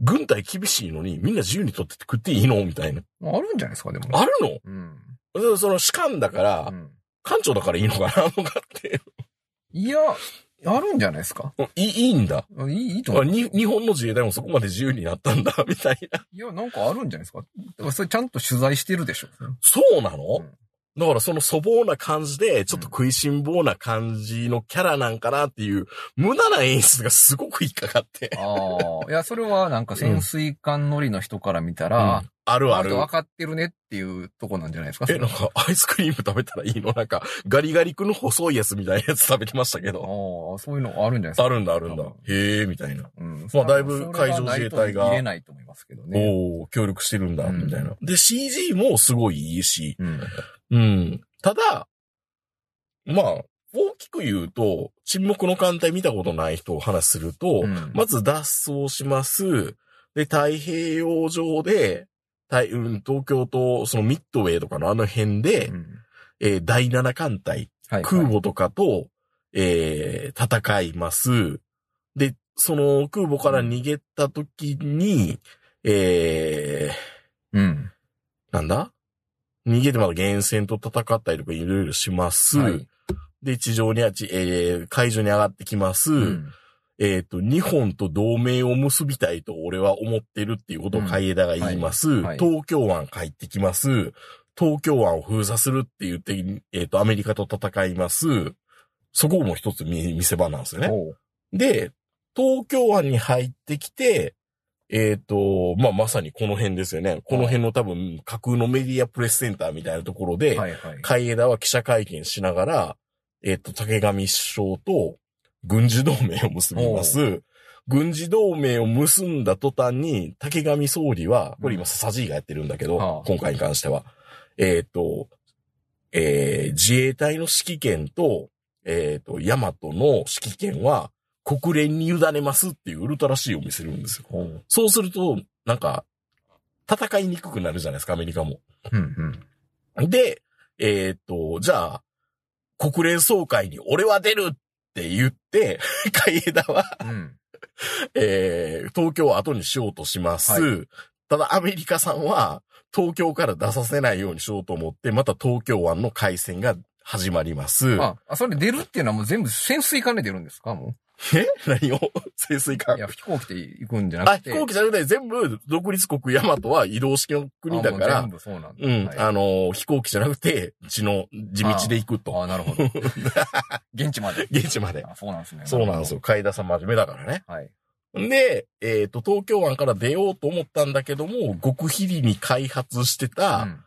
[SPEAKER 2] 軍隊厳しいのに、みんな自由に取って食っていいのみたいな。
[SPEAKER 3] まああるんじゃないですか、でも。
[SPEAKER 2] あるの
[SPEAKER 3] うん。
[SPEAKER 2] そその、士官だから、
[SPEAKER 3] うん
[SPEAKER 2] 艦長だからいいのかなとかって。 (laughs)
[SPEAKER 3] いや、あるんじゃないですか。
[SPEAKER 2] うんいい、いいんだ。
[SPEAKER 3] いい、いいと思
[SPEAKER 2] あ
[SPEAKER 3] う。
[SPEAKER 2] に日本の自衛隊もそこまで自由になったんだ、みたいな。
[SPEAKER 3] いや、なんかあるんじゃないですか。だからそれちゃんと取材してるで
[SPEAKER 2] (laughs)
[SPEAKER 3] しょ。
[SPEAKER 2] そうなの、
[SPEAKER 3] うん
[SPEAKER 2] だからその粗暴な感じで、ちょっと食いしん坊な感じのキャラなんかなっていう、無駄な演出がすごく引っかかって。
[SPEAKER 3] ああ。いや、それはなんか潜水艦乗りの人から見たら、
[SPEAKER 2] うんあるあ
[SPEAKER 3] 割
[SPEAKER 2] る
[SPEAKER 3] と。分かってるねっていうとこなんじゃないですか。
[SPEAKER 2] え、なんか、アイスクリーム食べたらいいのなんか、ガリガリ君の細いやつみたいなやつ食べてましたけ
[SPEAKER 3] ああ
[SPEAKER 2] ど。、
[SPEAKER 3] そういうのあるんじゃないですか。
[SPEAKER 2] あるんだ、あるんだ
[SPEAKER 3] うん。
[SPEAKER 2] へえ、みたいな。
[SPEAKER 3] うん。
[SPEAKER 2] まあだいぶ海上自衛隊が
[SPEAKER 3] それはないと見れないと思いますけどね。
[SPEAKER 2] おお協力してるんだ、
[SPEAKER 3] うん
[SPEAKER 2] みたいな。で、CG もすごいいいし、
[SPEAKER 3] うん。
[SPEAKER 2] うん。ただ、まあ、大きく言うと、沈黙の艦隊見たことない人を話すると、
[SPEAKER 3] うん
[SPEAKER 2] まず脱走します。で、太平洋上で、太うん、東京と、そのミッドウェーとかのあの辺で、
[SPEAKER 3] うん
[SPEAKER 2] えー第7艦隊、
[SPEAKER 3] はい。
[SPEAKER 2] 空母とかと、えー戦います。で、その空母から逃げた時に、えー
[SPEAKER 3] うん。
[SPEAKER 2] なんだ逃げてまだ源泉と戦ったりとかいろいろします。
[SPEAKER 3] はい
[SPEAKER 2] で、地上にあち、えー海上に上がってきます。
[SPEAKER 3] うん。
[SPEAKER 2] えっ、と、日本と同盟を結びたいと俺は思ってるっていうことを海江田が言います。
[SPEAKER 3] んはい
[SPEAKER 2] 東京湾帰ってきます。東京湾を封鎖するって言って、えっ、と、アメリカと戦います。そこも一つ見見せ場なんですよね。
[SPEAKER 3] おう
[SPEAKER 2] で、東京湾に入ってきて、えっ、と、まあ、まさにこの辺ですよね。この辺の多分、架空のメディアプレスセンターみたいなところで、
[SPEAKER 3] はいはい。
[SPEAKER 2] 海江田は記者会見しながら、えっ、と、竹上首相と軍事同盟を結びます。軍事同盟を結んだ途端に、竹上総理は、これ今、笹爺がやってるんだけど、
[SPEAKER 3] はあ
[SPEAKER 2] 今回に関しては、えっ、と、えー自衛隊の指揮権と、えっ、と、ヤマトの指揮権は、国連に委ねますっていうウルトラ C を見せるんですよ。
[SPEAKER 3] おう
[SPEAKER 2] そうすると、なんか、戦いにくくなるじゃないですか、アメリカも。
[SPEAKER 3] うんうん。
[SPEAKER 2] で、えーっと、じゃあ、国連総会に俺は出るって言って、 (laughs) 海江田は、
[SPEAKER 3] うん。
[SPEAKER 2] えー東京を後にしようとします。
[SPEAKER 3] は
[SPEAKER 2] ただ、アメリカさんは、東京から出させないようにしようと思って、また東京湾の海戦が始まります。
[SPEAKER 3] あ、あそれ出るっていうのはもう全部潜水艦で出るんですかも
[SPEAKER 2] え何を潜水
[SPEAKER 3] う。
[SPEAKER 2] 艦
[SPEAKER 3] いや、飛行機で行くんじゃ
[SPEAKER 2] あ、
[SPEAKER 3] なくて。
[SPEAKER 2] 飛行機じゃなくて、全部、独立国ヤマトは移動式の国だか
[SPEAKER 3] あもう全
[SPEAKER 2] ら、
[SPEAKER 3] 部そうなんだ。
[SPEAKER 2] うん、
[SPEAKER 3] はい
[SPEAKER 2] あのー、飛行機じゃなくて、地の、地道で行くと。
[SPEAKER 3] ああ、なる
[SPEAKER 2] (laughs)
[SPEAKER 3] ほど。現地まで。
[SPEAKER 2] 現地まで
[SPEAKER 3] あそうなんですね。
[SPEAKER 2] そうなんですよ。海江田さん真面目だからね。
[SPEAKER 3] はい。
[SPEAKER 2] で、えっ、と、東京湾から出ようと思ったんだけども、極秘裏に開発してた、
[SPEAKER 3] うん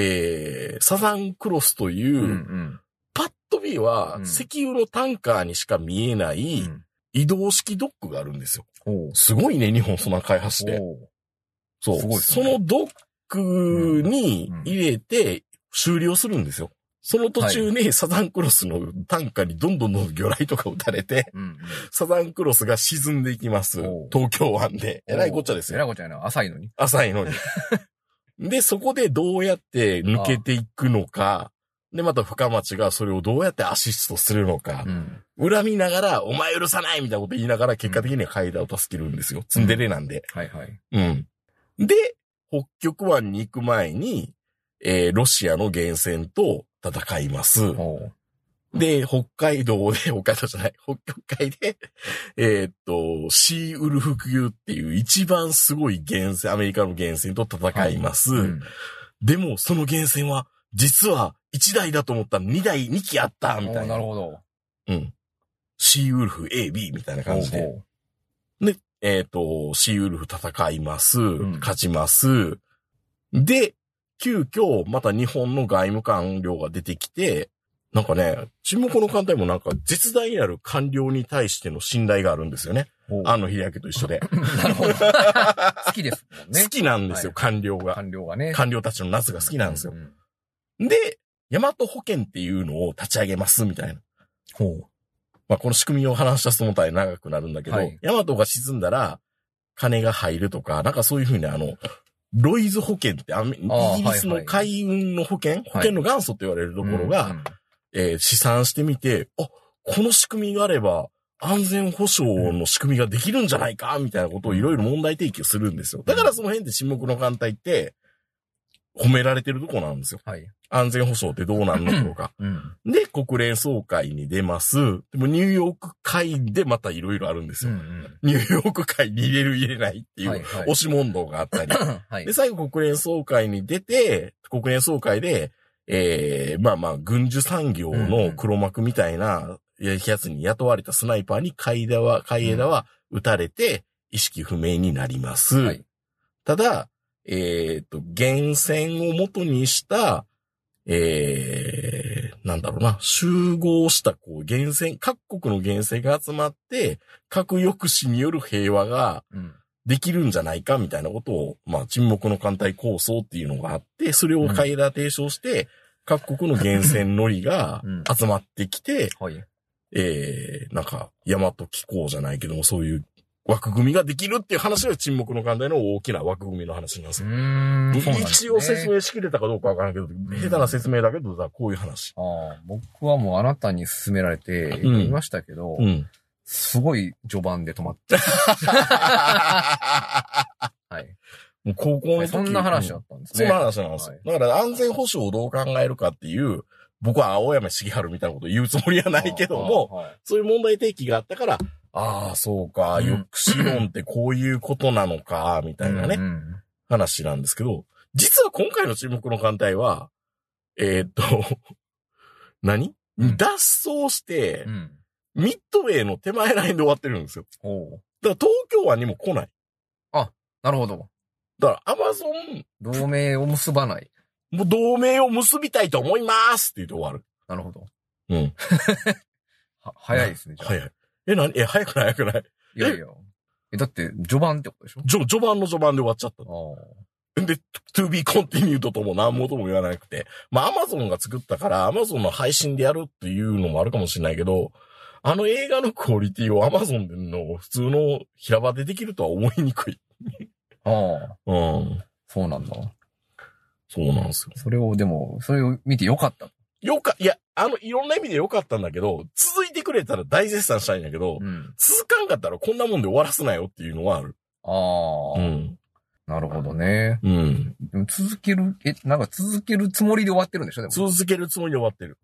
[SPEAKER 2] えーサザンクロスという、
[SPEAKER 3] うんうん
[SPEAKER 2] パッと見は、
[SPEAKER 3] うん
[SPEAKER 2] 石油のタンカーにしか見えな
[SPEAKER 3] う
[SPEAKER 2] い
[SPEAKER 3] ん。
[SPEAKER 2] 移動式ドックがあるんですよ。
[SPEAKER 3] おう
[SPEAKER 2] すごいね、日本そんな開発して。
[SPEAKER 3] おう
[SPEAKER 2] そう。
[SPEAKER 3] すごいです
[SPEAKER 2] そ
[SPEAKER 3] ね
[SPEAKER 2] のドックに入れて終了するんですよ。その途中にサザンクロスのタンカーにどんどんどんどん魚雷とか撃たれて、
[SPEAKER 3] うん
[SPEAKER 2] サザンクロスが沈んでいきます
[SPEAKER 3] おう。
[SPEAKER 2] 東京湾で。
[SPEAKER 3] うん。
[SPEAKER 2] えらいごっちゃです
[SPEAKER 3] え
[SPEAKER 2] よ
[SPEAKER 3] ら。いごっちゃやな。浅いのに。
[SPEAKER 2] 浅いの
[SPEAKER 3] (laughs)
[SPEAKER 2] に。で、そこでどうやって抜けていくのか、で、また深町がそれをどうやってアシストするのか、
[SPEAKER 3] うん。
[SPEAKER 2] 恨みながら、お前許さないみたいなこと言いながら、結果的には海田を助けるんですよ。ツンデレなんで。
[SPEAKER 3] はいはい。
[SPEAKER 2] うん。で、北極湾に行く前に、えーロシアの源泉と戦います。
[SPEAKER 3] おう
[SPEAKER 2] で、北海道で、北海道じゃない、北極海で、 (laughs) えーっと、シーウルフ級っていう一番すごい源泉、アメリカの源泉と戦います。
[SPEAKER 3] うん。
[SPEAKER 2] でも、その源泉は、実は1台だと思ったら2台、2機あったみ
[SPEAKER 3] おう
[SPEAKER 2] たい
[SPEAKER 3] な
[SPEAKER 2] な。
[SPEAKER 3] るほど。
[SPEAKER 2] うん。シーウルフ A、B みたいな感じ
[SPEAKER 3] お
[SPEAKER 2] で。
[SPEAKER 3] うおう
[SPEAKER 2] えーっと、シーウルフ戦います。
[SPEAKER 3] ん
[SPEAKER 2] 勝ちます。で、急遽、また日本の外務官僚が出てきて、なんかね、沈黙の艦隊もなんか絶大なる官僚に対しての信頼があるんですよね。
[SPEAKER 3] おう
[SPEAKER 2] あの日焼けと一緒で。
[SPEAKER 3] なるほど。好きですもん (laughs) ね
[SPEAKER 2] 好。きなんですよ、
[SPEAKER 3] はい
[SPEAKER 2] 官僚が。
[SPEAKER 3] 官僚がね。
[SPEAKER 2] 官僚たちの夏が好きなんですよ
[SPEAKER 3] う。
[SPEAKER 2] で、大和保険っていうのを立ち上げます、みたいな。
[SPEAKER 3] ほ
[SPEAKER 2] まあ、この仕組みを話し出すと思ったら長くなるんだけど、
[SPEAKER 3] はい
[SPEAKER 2] ヤマトが沈んだら、金が入るとか、なんかそういうふうにあの、ロイズ保険ってアメ、イ
[SPEAKER 3] あー
[SPEAKER 2] ギリスの海運の保険、保険の元祖と言われる
[SPEAKER 3] う
[SPEAKER 2] ところが、えー試算してみて、あ、この仕組みがあれば、安全保障の仕組みができるんじゃないか、みたいなことをいろいろ問題提起するんですよ。だからその辺で沈黙の艦隊って、褒められてるとこなんですよ。
[SPEAKER 3] はい。
[SPEAKER 2] 安全保障ってどうなんのとか。
[SPEAKER 3] うん。
[SPEAKER 2] で、国連総会に出ます。でもニューヨーク会でまたいろいろあるんです
[SPEAKER 3] うん
[SPEAKER 2] よ。ニューヨーク会に入れる入れないって
[SPEAKER 3] う
[SPEAKER 2] い
[SPEAKER 3] ん。
[SPEAKER 2] う、
[SPEAKER 3] はい。はい
[SPEAKER 2] 押し問答があったり。
[SPEAKER 3] はい
[SPEAKER 2] で、。最後国連総会に出て、国連総会で、えー、まあまあ、軍需産業の黒幕みたいな、やつに雇われたスナイパーに海枝は、海枝は撃たれて、意識不明になります。
[SPEAKER 3] はい
[SPEAKER 2] ただ、えっ、と、源泉を元にした、えー、なんだろうな、集合した、こう、源泉、各国の源泉が集まって、核抑止による平和が
[SPEAKER 3] うん。
[SPEAKER 2] できるんじゃないかみたいなことを、まあ、沈黙の艦隊構想っていうのがあって、それを海田提唱して、各国の源泉のりが
[SPEAKER 3] うん
[SPEAKER 2] 集まってきて、
[SPEAKER 3] はい。
[SPEAKER 2] えー、なんか、大和機構じゃないけども、そういう枠組みができるっていう話が沈黙の艦隊の大きな枠組みの話なんですよ。
[SPEAKER 3] ん
[SPEAKER 2] 一応説。明しきれたかどうかわからんけど、下手な説明だけど、だからこういう話。
[SPEAKER 3] ああ、僕はもうあなたに勧められて、
[SPEAKER 2] ん
[SPEAKER 3] 言いましたけど、
[SPEAKER 2] (laughs) うん。
[SPEAKER 3] すごい序盤で止まって。はい。
[SPEAKER 2] もう高校の時
[SPEAKER 3] そんな話だったんです
[SPEAKER 2] そ
[SPEAKER 3] ね。
[SPEAKER 2] んな話なんですよ。だから安全保障をどう考えるかっていう、僕は青山茂春みたいなこと言うつもりはないけども、
[SPEAKER 3] はい、
[SPEAKER 2] そういう問題提起があったから、ああ、そうか、
[SPEAKER 3] うん
[SPEAKER 2] 抑止論ってこういうことなのか、みたいなね、
[SPEAKER 3] うんうん
[SPEAKER 2] 話なんですけど、実は今回の注目の艦隊は、えーっと、 (laughs) 何、
[SPEAKER 3] うん
[SPEAKER 2] 脱走して
[SPEAKER 3] う、ん。
[SPEAKER 2] ミッドウェイの手前ら辺で終わってるんですよ。
[SPEAKER 3] おう
[SPEAKER 2] だから東京湾にも来ない。
[SPEAKER 3] なるほど。
[SPEAKER 2] だからアマゾン、
[SPEAKER 3] 同盟を結ばない。
[SPEAKER 2] もう同盟を結びたいと思いますって言って終わる。
[SPEAKER 3] なるほど。
[SPEAKER 2] うん。
[SPEAKER 3] は、早いですね、じゃあ。
[SPEAKER 2] 早い。え、なに (laughs) え、早くない早くない。
[SPEAKER 3] いやいや。え、だって、序盤ってことでしょ
[SPEAKER 2] 序、序盤の序盤で終わっちゃったの。
[SPEAKER 3] あ
[SPEAKER 2] で、to be continued とも何もとも言わなくて。まあ、Amazon が作ったから、Amazon の配信でやるっていうのもあるかもしれないけど、あの映画のクオリティを Amazon での普通の平場でできるとは思いにくい。
[SPEAKER 3] あ。ああ。
[SPEAKER 2] うん。
[SPEAKER 3] そうなんだ。
[SPEAKER 2] そうなんですよ。
[SPEAKER 3] それを、でも、それを見てよかった。
[SPEAKER 2] よか、いや、あの、いろんな意味でよかったんだけど、続いてくれたら大絶賛したいんだけど、
[SPEAKER 3] うん。
[SPEAKER 2] 続かんかったらこんなもんで終わらすなよっていうのはある。
[SPEAKER 3] ああ、
[SPEAKER 2] うん。
[SPEAKER 3] なるほどね。
[SPEAKER 2] うん。
[SPEAKER 3] でも続ける、え、なんか続けるつもりで終わってるんでしょでも。
[SPEAKER 2] 続けるつもりで終わってる。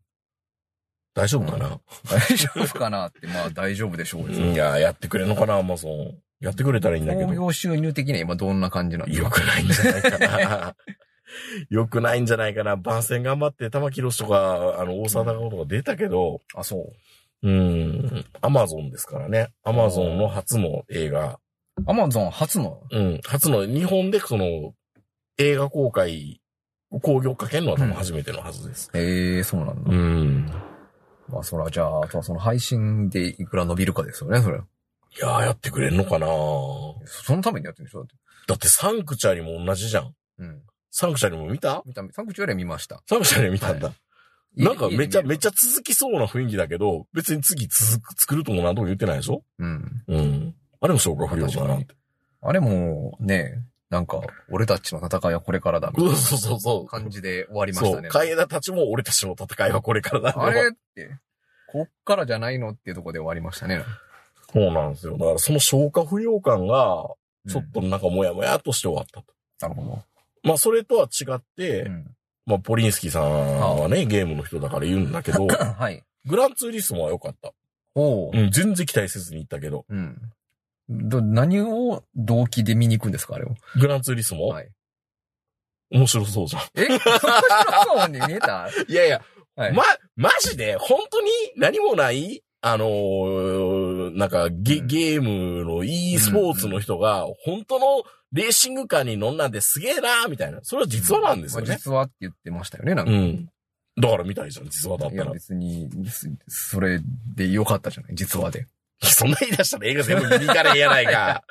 [SPEAKER 2] 大丈夫かな、
[SPEAKER 3] 大丈夫かなって、まあ大丈夫でしょうです
[SPEAKER 2] い
[SPEAKER 3] ね。
[SPEAKER 2] や、やってくれんのかな、アマゾン。やってくれたらいいんだけ
[SPEAKER 3] 興
[SPEAKER 2] ど。
[SPEAKER 3] 行収入的には今どんな感じなんです
[SPEAKER 2] 良
[SPEAKER 3] か
[SPEAKER 2] くないんじゃないかな。 (laughs) 良くないんじゃないかな。番宣頑張って、玉木宏とか、あの、大沢孝とか出たけど、
[SPEAKER 3] あ、そう。
[SPEAKER 2] うん、アマゾンですからね。アマゾンの初の映画。
[SPEAKER 3] アマゾン初の。
[SPEAKER 2] うん、初の、日本でその、映画公開、興行かけるのは多分初めてのはずです。
[SPEAKER 3] ええそうなんだ。
[SPEAKER 2] うん。
[SPEAKER 3] まあそら、じゃあ、あとはその配信でいくら伸びるかですよね、それ。
[SPEAKER 2] いやー、やってくれんのかな
[SPEAKER 3] そのためにやってるんでしょだって。
[SPEAKER 2] だってサンクチャリも同じじゃん。
[SPEAKER 3] うん。
[SPEAKER 2] サンクチャリも見た
[SPEAKER 3] 見た、サンクチュアリは見ました。
[SPEAKER 2] サンクチャリ見たんだ。なんかめちゃめち
[SPEAKER 3] ゃ。
[SPEAKER 2] ゃ続きそうな雰囲気だけど、別に次続く、作るとも何とも言ってないでしょ
[SPEAKER 3] うん。
[SPEAKER 2] うん。あれも消化不良だなって。
[SPEAKER 3] あれも、ね、なんか、俺たちの戦いはこれからだ、みたい
[SPEAKER 2] そう
[SPEAKER 3] な
[SPEAKER 2] そうそうそう。
[SPEAKER 3] 感じで終わりまし
[SPEAKER 2] そ
[SPEAKER 3] た
[SPEAKER 2] う。
[SPEAKER 3] ね。
[SPEAKER 2] 海枝たちも俺たちの戦いはこれからだ
[SPEAKER 3] あれって、こっからじゃないのっていうところで終わりましたね。
[SPEAKER 2] そうなんですよ。だからその消化不良感が、ちょっ
[SPEAKER 3] う
[SPEAKER 2] となんかモヤモヤっとして終わったと。
[SPEAKER 3] ん。なるほ
[SPEAKER 2] まあそれとは違って、
[SPEAKER 3] ど。うん。
[SPEAKER 2] まあポリンスキーさんはね、ゲームの人だから言うんだけ (laughs) ど、
[SPEAKER 3] はい。
[SPEAKER 2] グランツーリスモは良かった。
[SPEAKER 3] おう
[SPEAKER 2] う。ん、全然期待せずに行ったけど、
[SPEAKER 3] うん。ど、何を動機で見に行くんですか、あれを。
[SPEAKER 2] グランツーリスモ、
[SPEAKER 3] はい。
[SPEAKER 2] 面白そうじゃん。
[SPEAKER 3] え (laughs) 面白そうに見えた
[SPEAKER 2] (laughs) いやいや、
[SPEAKER 3] はい。
[SPEAKER 2] ま、マジで、本当に何もない、あのーなんかゲ、
[SPEAKER 3] うん
[SPEAKER 2] ゲームの e スポーツの人が、本当のレーシングカーに乗んなんてすげえなーみたいな。それは実話なんですよ
[SPEAKER 3] まあ
[SPEAKER 2] ね。
[SPEAKER 3] 実はって言ってましたよね、なん
[SPEAKER 2] う
[SPEAKER 3] か。
[SPEAKER 2] ん。だから見たいじゃん、実話だっ
[SPEAKER 3] い
[SPEAKER 2] た
[SPEAKER 3] や、
[SPEAKER 2] ら。
[SPEAKER 3] 別に、すそれでよかったじゃない、実話で。
[SPEAKER 2] (laughs) そんな言い出したら映画全部見に行かれへんやないか。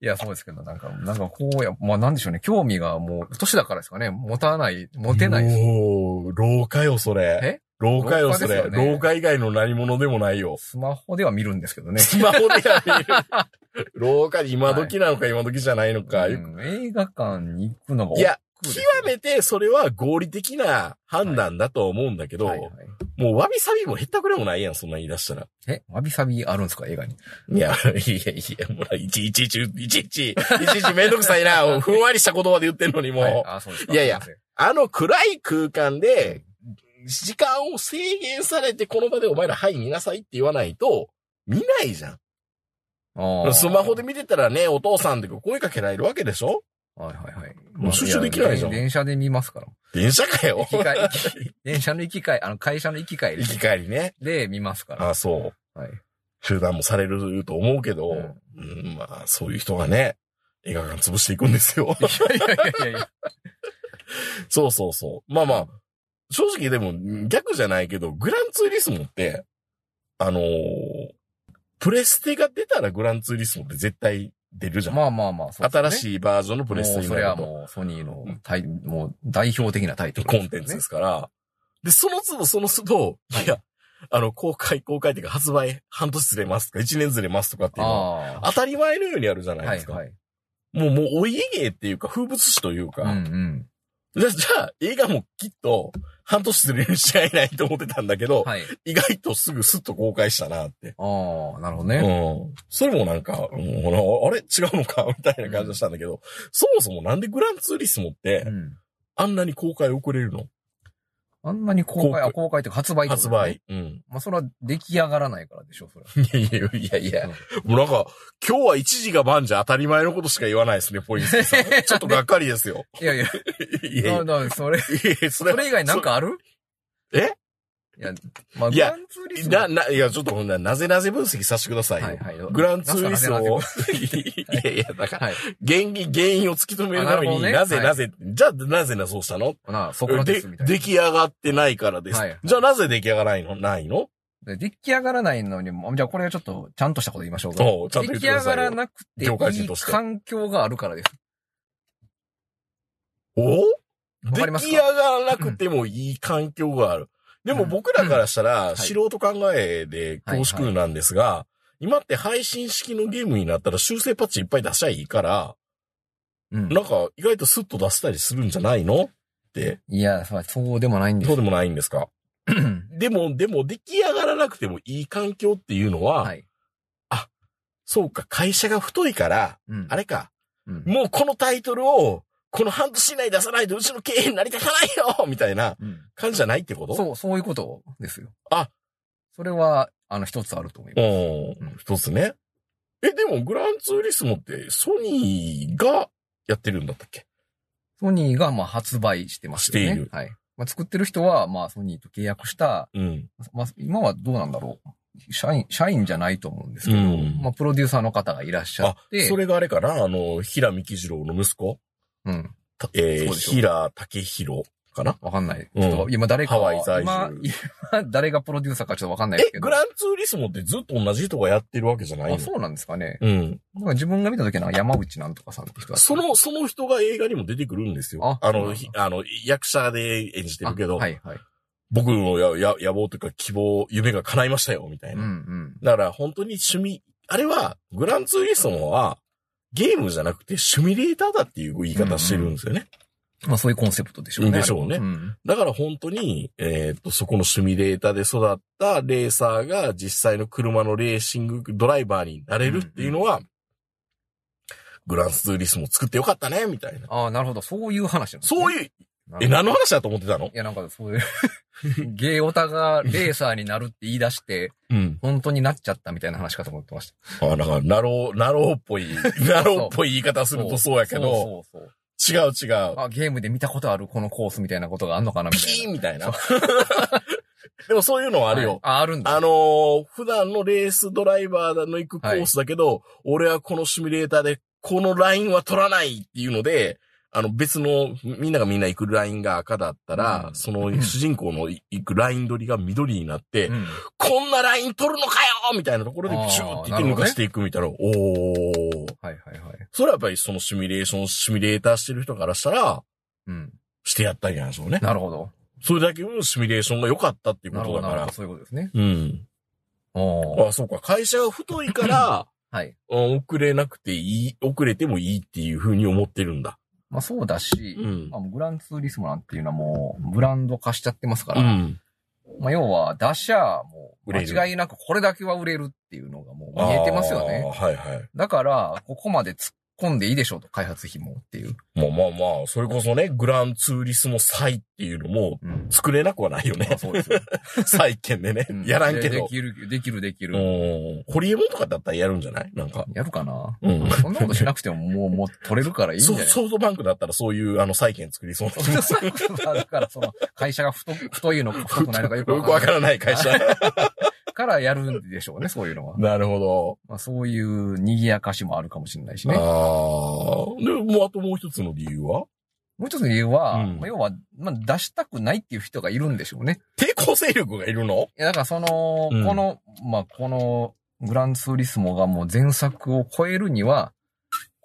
[SPEAKER 3] いや、そうですけど、なんか、なんかこうや、まあなんでしょうね、興味がもう、年だからですかね、持たない、持てないです。
[SPEAKER 2] もう、老化よ、それ。
[SPEAKER 3] え
[SPEAKER 2] 老化よ、それ。
[SPEAKER 3] 老化ですよね
[SPEAKER 2] 老化以外の何者でもないよ。
[SPEAKER 3] スマホでは見るんですけどね。
[SPEAKER 2] スマホでやめる。老化今時なのか今時じゃないのか。よく
[SPEAKER 3] うん映画館に行くのが
[SPEAKER 2] いや、
[SPEAKER 3] です
[SPEAKER 2] 極
[SPEAKER 3] よ
[SPEAKER 2] めてそれは合理的な判断だと思うんだけど、
[SPEAKER 3] はいはい
[SPEAKER 2] もうわびさびもへったくれもないやん、そんなん言い出したら。
[SPEAKER 3] え、わびさびあるんですか映画に。
[SPEAKER 2] いや、いやいや、もういちいち、いちいち、いちいちめんどくさいな、ふんわりした言葉で言ってんのにもう、
[SPEAKER 3] はい、あ、そうですか。
[SPEAKER 2] いやいや
[SPEAKER 3] すません。
[SPEAKER 2] あの暗い空間で、時間を制限されてこの場でお前らはい見なさいって言わないと、見ないじゃ
[SPEAKER 3] あー
[SPEAKER 2] ん。スマホで。見てたらね、お父さんって声かけられるわけでしょ
[SPEAKER 3] はいはいはい。
[SPEAKER 2] もう出所できないじゃん
[SPEAKER 3] や電車で見ますから。
[SPEAKER 2] 電車かよ
[SPEAKER 3] 行。き帰り行き、電車の行き帰り、あの、会社の行き帰
[SPEAKER 2] 行
[SPEAKER 3] り
[SPEAKER 2] き帰りね。
[SPEAKER 3] で見ますから。
[SPEAKER 2] あ、そう。
[SPEAKER 3] はい。
[SPEAKER 2] 中断もされると思うけど、
[SPEAKER 3] うん
[SPEAKER 2] うんまあ、そういう人がね、映画館潰していくんですよ。
[SPEAKER 3] いやいやいやいや。
[SPEAKER 2] そうそうそう。まあまあ、正直でも逆じゃないけど、グランツーリスモって、あのープレステが出たらグランツーリスモって絶対出るじゃん。
[SPEAKER 3] まあまあまあ、そうです
[SPEAKER 2] 新
[SPEAKER 3] ね
[SPEAKER 2] しいバージョンのプレステ
[SPEAKER 3] もう
[SPEAKER 2] に
[SPEAKER 3] そ
[SPEAKER 2] な
[SPEAKER 3] れは
[SPEAKER 2] ると
[SPEAKER 3] もうソニーの大、もう代表的なタイトル
[SPEAKER 2] コンテンツで
[SPEAKER 3] です
[SPEAKER 2] すから。で、その都度その都度、いや、あの、公開、公開っていうか発売半年ずれますとか、一年ずれますとかっていうのは
[SPEAKER 3] あ
[SPEAKER 2] 当たり前のようにあるじゃ
[SPEAKER 3] あ。
[SPEAKER 2] ない
[SPEAKER 3] は
[SPEAKER 2] で
[SPEAKER 3] い
[SPEAKER 2] すか。
[SPEAKER 3] はい。
[SPEAKER 2] もう、もうお家芸っていうか、風物詩というか、
[SPEAKER 3] うんうん。
[SPEAKER 2] じゃあ、じゃあ、映画もきっと、半年ずれるしかいないと思ってたんだけど、
[SPEAKER 3] はい。
[SPEAKER 2] 意外とすぐスッと公開したなって。
[SPEAKER 3] ああ、なるほど
[SPEAKER 2] う
[SPEAKER 3] ね。
[SPEAKER 2] ん。それもなんか、うんほらあれ違うのかみたいな感じがしたんだけど、そもそもなんでグランツーリスモって
[SPEAKER 3] う、ん。
[SPEAKER 2] あんなに公開遅れるの
[SPEAKER 3] あんなに公
[SPEAKER 2] 公
[SPEAKER 3] 開、
[SPEAKER 2] 開
[SPEAKER 3] あ、公開というか発売ってこと
[SPEAKER 2] 発
[SPEAKER 3] ね。
[SPEAKER 2] 売。うん。
[SPEAKER 3] まあそれは出来上がらないからでしょ、それは。
[SPEAKER 2] いやいやいやいや。もうなんか、今日は1時が晩じゃ当たり前のことしか言わないですね、ポ
[SPEAKER 3] (laughs)
[SPEAKER 2] インセさん。ちょっとがっかりですよ。
[SPEAKER 3] いやいや、
[SPEAKER 2] いやいや
[SPEAKER 3] だだそれ、
[SPEAKER 2] いやいや、そ
[SPEAKER 3] それ以外なんかある
[SPEAKER 2] え
[SPEAKER 3] いや、まあ、
[SPEAKER 2] い
[SPEAKER 3] グ
[SPEAKER 2] や
[SPEAKER 3] ランツーリ
[SPEAKER 2] そ
[SPEAKER 3] スモ。
[SPEAKER 2] な、な、いや、ちょっとほんならなぜなぜ分析させてくださいよ。
[SPEAKER 3] はいはい。
[SPEAKER 2] グランツーリスモを
[SPEAKER 3] なぜ、
[SPEAKER 2] い (laughs) やいや、だから、
[SPEAKER 3] はい。
[SPEAKER 2] 原因、原因を突き止めるため
[SPEAKER 3] あなるほ
[SPEAKER 2] に、
[SPEAKER 3] どね
[SPEAKER 2] なぜ
[SPEAKER 3] はい
[SPEAKER 2] なぜ、じゃあなぜなそうしたの
[SPEAKER 3] なあ、ソクラテ
[SPEAKER 2] で
[SPEAKER 3] スみたいな
[SPEAKER 2] 出。来上がってないからです。
[SPEAKER 3] はい
[SPEAKER 2] じゃあなぜ出来上がらないのないの
[SPEAKER 3] で出来上がらないのにも、じゃあこれはちょっとちゃんとしたこと言いましょうか。
[SPEAKER 2] おうちゃんと言
[SPEAKER 3] 出
[SPEAKER 2] っ
[SPEAKER 3] 来
[SPEAKER 2] てくだ
[SPEAKER 3] 上
[SPEAKER 2] さ
[SPEAKER 3] が
[SPEAKER 2] いよ
[SPEAKER 3] らなくてい
[SPEAKER 2] 業界人
[SPEAKER 3] い
[SPEAKER 2] として
[SPEAKER 3] 環境があるからです。
[SPEAKER 2] お
[SPEAKER 3] わ
[SPEAKER 2] 出
[SPEAKER 3] かり
[SPEAKER 2] 来
[SPEAKER 3] ますか
[SPEAKER 2] 上がらなくてもいい環境がある。でも僕らからしたら、
[SPEAKER 3] ん
[SPEAKER 2] 素人考えで恐縮なんですが、今って配信式のゲームになったら修正パッチいっぱい出しゃいいから、
[SPEAKER 3] うん。
[SPEAKER 2] なんか意外とスッと出せたりするんじゃないのって、
[SPEAKER 3] いや、そそうでもないんで
[SPEAKER 2] そう
[SPEAKER 3] す。
[SPEAKER 2] でもないんですか
[SPEAKER 3] (clears throat)
[SPEAKER 2] でも、でも出来上がらなくてもいい環境っていうのは、
[SPEAKER 3] はい。
[SPEAKER 2] そうか、会社が太いから、
[SPEAKER 3] うん。
[SPEAKER 2] あれか、
[SPEAKER 3] うん
[SPEAKER 2] もうこのタイトルを、この半年以内出さないとうちの経営になりたかないよみたいな
[SPEAKER 3] うん
[SPEAKER 2] 感じじゃないってこと
[SPEAKER 3] そう、そういうことですよ。
[SPEAKER 2] あ
[SPEAKER 3] それは、あの、一つあると思います。
[SPEAKER 2] う
[SPEAKER 3] うん
[SPEAKER 2] ん。一つね。え、でも、グランツーリスモって、ソニーがやってるんだったっけ
[SPEAKER 3] ソニーが、まあ、発売してますよね。
[SPEAKER 2] している
[SPEAKER 3] はい。まあ、作ってる人は、まあ、ソニーと契約した、
[SPEAKER 2] うん。
[SPEAKER 3] まあ、今はどうなんだろう。社員、社員じゃないと思うんですけど、
[SPEAKER 2] うん
[SPEAKER 3] まあ、プロデューサーの方がいらっしゃ
[SPEAKER 2] あ
[SPEAKER 3] って、、
[SPEAKER 2] それがあれかなあの、平見次郎の息子
[SPEAKER 3] うん。
[SPEAKER 2] たえ
[SPEAKER 3] そ
[SPEAKER 2] ー、
[SPEAKER 3] うでしょ
[SPEAKER 2] 平武弘かな
[SPEAKER 3] わかんない。
[SPEAKER 2] うん
[SPEAKER 3] ちょっと今誰かは、
[SPEAKER 2] ハワイ在住
[SPEAKER 3] 今、今誰がプロデューサーかちょっとわかんないです
[SPEAKER 2] え、
[SPEAKER 3] けど。
[SPEAKER 2] グランツーリスモってずっと同じ人がやってるわけじゃないの
[SPEAKER 3] あそうなんですかね。
[SPEAKER 2] うん。
[SPEAKER 3] なんか自分が見た時は山内なんとかさんって人だった
[SPEAKER 2] そ、の、その人が映画にも出てくるんですよ。
[SPEAKER 3] あ
[SPEAKER 2] あ
[SPEAKER 3] そうな
[SPEAKER 2] の、
[SPEAKER 3] んだ
[SPEAKER 2] ひあの、役者で演じてるけど、
[SPEAKER 3] あはいはい。
[SPEAKER 2] 僕のやや野望というか希望、夢が叶いましたよ、みたい
[SPEAKER 3] うん
[SPEAKER 2] な。
[SPEAKER 3] うん。
[SPEAKER 2] だから本当に趣味、あれは、グランツーリスモは、ゲームじゃなくてシミュレーターだっていう言い方してるんですよね。
[SPEAKER 3] まあそういうコンセプトでしょうね。
[SPEAKER 2] でしょうね
[SPEAKER 3] ん。
[SPEAKER 2] だから本当に、えーっと、そこのシミュレーターで育ったレーサーが実際の車のレーシングドライバーになれるっていうのは、グランツーリスモ作ってよかったね、みたいな。
[SPEAKER 3] ああ、なるほど。そういう話なんですね
[SPEAKER 2] そういう、
[SPEAKER 3] なる
[SPEAKER 2] え、
[SPEAKER 3] ほど
[SPEAKER 2] 何の話だと思ってたの
[SPEAKER 3] いや、なんかそういう、 (laughs) ゲーオタがレーサーになるって言い出して、
[SPEAKER 2] うん。
[SPEAKER 3] 本当になっちゃったみたいな話かと思ってました。
[SPEAKER 2] あ、なんか、ナロー、ナローっぽ
[SPEAKER 3] (laughs)
[SPEAKER 2] い、ナローっぽい言い方するとそうやけど、
[SPEAKER 3] そうそうそう
[SPEAKER 2] 違う違う。
[SPEAKER 3] あ、ゲームで見たことあるこのコースみたいなことがあんのかなみたい
[SPEAKER 2] ピ
[SPEAKER 3] な。
[SPEAKER 2] ーンみたいな。 (laughs) でもそういうのはある
[SPEAKER 3] はい
[SPEAKER 2] よ。
[SPEAKER 3] あ、あるんだ。
[SPEAKER 2] あのー普段のレースドライバーの行くコースだけど、俺はこのシミュレーターで、このラインは取らないっていうので、あの別の、みんながみんな行くラインが赤だったら、
[SPEAKER 3] うん
[SPEAKER 2] その主人公のい行くライン取りが緑になって、
[SPEAKER 3] うん
[SPEAKER 2] こんなライン取るのかよみたいなところで
[SPEAKER 3] あー
[SPEAKER 2] チューって言って抜かしていくみたいな、おー。
[SPEAKER 3] はいはいはい。
[SPEAKER 2] それはやっぱりそのシミュレーション、シミュレーターしてる人からしたら、
[SPEAKER 3] うん。
[SPEAKER 2] してやったんやんでしょうね。
[SPEAKER 3] なるほど。
[SPEAKER 2] それだけのシミュレーションが良かったっていう
[SPEAKER 3] な
[SPEAKER 2] こと
[SPEAKER 3] るほ
[SPEAKER 2] だ
[SPEAKER 3] ど、な
[SPEAKER 2] から
[SPEAKER 3] るほど。。そういうことですね。
[SPEAKER 2] うん。
[SPEAKER 3] おー
[SPEAKER 2] あそうか。会社が太いから、
[SPEAKER 3] (laughs) はい。
[SPEAKER 2] うん遅れなくていい、遅れてもいいっていうふうに思ってるんだ。
[SPEAKER 3] まあそうだし、
[SPEAKER 2] うん
[SPEAKER 3] まあもうグランツーリスモなんていうのはもうブランド化しちゃってますか
[SPEAKER 2] う
[SPEAKER 3] ら、
[SPEAKER 2] ん。
[SPEAKER 3] まあ要は打者も
[SPEAKER 2] 売れる
[SPEAKER 3] 間違いなくこれだけは売れるっていうのがもう見えてますよね。
[SPEAKER 2] あーはいはい。
[SPEAKER 3] だから、ここまで突っ込んでいいでしょうと、開発費もっていう。
[SPEAKER 2] まあまあまあ、それこそね、グランツーリスモ祭っていうのも
[SPEAKER 3] うん。
[SPEAKER 2] 作れなくはないよ
[SPEAKER 3] まあ (laughs)
[SPEAKER 2] ね。
[SPEAKER 3] そうで
[SPEAKER 2] (laughs)
[SPEAKER 3] すよ。
[SPEAKER 2] 債券でね
[SPEAKER 3] う。
[SPEAKER 2] やらんけ
[SPEAKER 3] で
[SPEAKER 2] ど
[SPEAKER 3] で。きる、できる、でき
[SPEAKER 2] う
[SPEAKER 3] る。
[SPEAKER 2] ん。ホリエモンとかだったらやるんじゃないなんか。
[SPEAKER 3] やるかな
[SPEAKER 2] うん。
[SPEAKER 3] そんなことしなくても、もう、もう取れるからいいんじゃ
[SPEAKER 2] ソ
[SPEAKER 3] ない
[SPEAKER 2] ソフトバンクだったらそういう、あの、債券作 (laughs) りそうな気がする。
[SPEAKER 3] だから、 (laughs) その、会社が太、太いのか太くないのかよ
[SPEAKER 2] よ
[SPEAKER 3] く
[SPEAKER 2] く
[SPEAKER 3] わか
[SPEAKER 2] わか
[SPEAKER 3] らない。
[SPEAKER 2] らない会社。
[SPEAKER 3] からやるんでしょうね、そういうの
[SPEAKER 2] (laughs)
[SPEAKER 3] は。
[SPEAKER 2] なるほど。
[SPEAKER 3] まあ、そういう賑やかしもあるかもしれないし
[SPEAKER 2] あ
[SPEAKER 3] ね。
[SPEAKER 2] あ。で、もうあともう一つの理由は
[SPEAKER 3] もう一つの理由は、
[SPEAKER 2] うん
[SPEAKER 3] まあ要は、まあ、出したくないっていう人がいるんでしょうね。
[SPEAKER 2] 抵抗勢力がいるの
[SPEAKER 3] いや、だからその、
[SPEAKER 2] うん
[SPEAKER 3] この、まあ、この、グランツーリスモがもう前作を超えるには、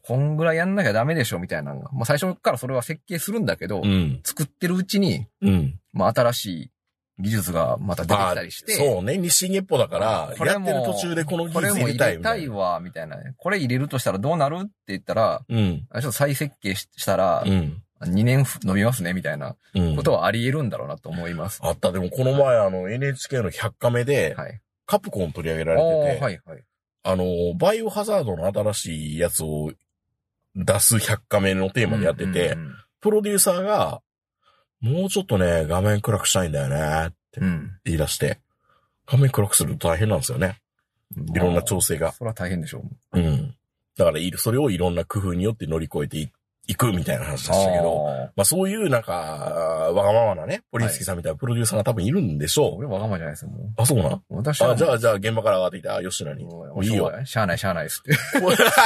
[SPEAKER 3] こんぐらいやんなきゃダメでしょ、みたいなのが。まあ、最初からそれは設計するんだけど、
[SPEAKER 2] ん。
[SPEAKER 3] 作ってるうちに、
[SPEAKER 2] うん。
[SPEAKER 3] まあ、新しい技術がまた出てきたりして、
[SPEAKER 2] そうね、日進月歩だから、やってる途中でこの技術入れたいみ
[SPEAKER 3] これも
[SPEAKER 2] た
[SPEAKER 3] 入れ
[SPEAKER 2] い
[SPEAKER 3] たい
[SPEAKER 2] な。
[SPEAKER 3] わ、みたいな。これ入れるとしたらどうなるって言ったら、
[SPEAKER 2] うん。
[SPEAKER 3] あちょっと再設計ししたら、
[SPEAKER 2] うん。
[SPEAKER 3] 2年ふ伸びますね、みたいな
[SPEAKER 2] うん
[SPEAKER 3] ことはあり得るんだろうなと思います。
[SPEAKER 2] あった、でもこの前あの NHK の100カメで、
[SPEAKER 3] はい。
[SPEAKER 2] カプコン取り上げら
[SPEAKER 3] あ
[SPEAKER 2] れ
[SPEAKER 3] あ
[SPEAKER 2] て
[SPEAKER 3] ー、
[SPEAKER 2] て、
[SPEAKER 3] はい、はい。
[SPEAKER 2] あの、バイオハザードの新しいやつを出す100カメのテーマでやってて
[SPEAKER 3] う、ん
[SPEAKER 2] プロデューサーが、もうちょっとね、画面暗くしたいんだよねって
[SPEAKER 3] うんうん。
[SPEAKER 2] 言い出して、画面暗くすると大変なんですよね。
[SPEAKER 3] うん
[SPEAKER 2] いろんな調整が。
[SPEAKER 3] それは大変でしょう。
[SPEAKER 2] うん。だからいる、それをいろんな工夫によって乗り越えていいくみたいな話でしたけど、
[SPEAKER 3] あー
[SPEAKER 2] まあそういうなんか、わがままなね、ポリスキさんみたいなプロデューサーが多分いるんでしょう。
[SPEAKER 3] 俺わがままじゃないですよ、も
[SPEAKER 2] あ、そうなん
[SPEAKER 3] う。私はもう。
[SPEAKER 2] あ、じゃあ、じゃあ現場から上がってきた、吉野に。
[SPEAKER 3] も
[SPEAKER 2] も
[SPEAKER 3] う
[SPEAKER 2] ういい
[SPEAKER 3] しょう
[SPEAKER 2] よ
[SPEAKER 3] が。ないしゃあない、しゃあないですって。 (laughs)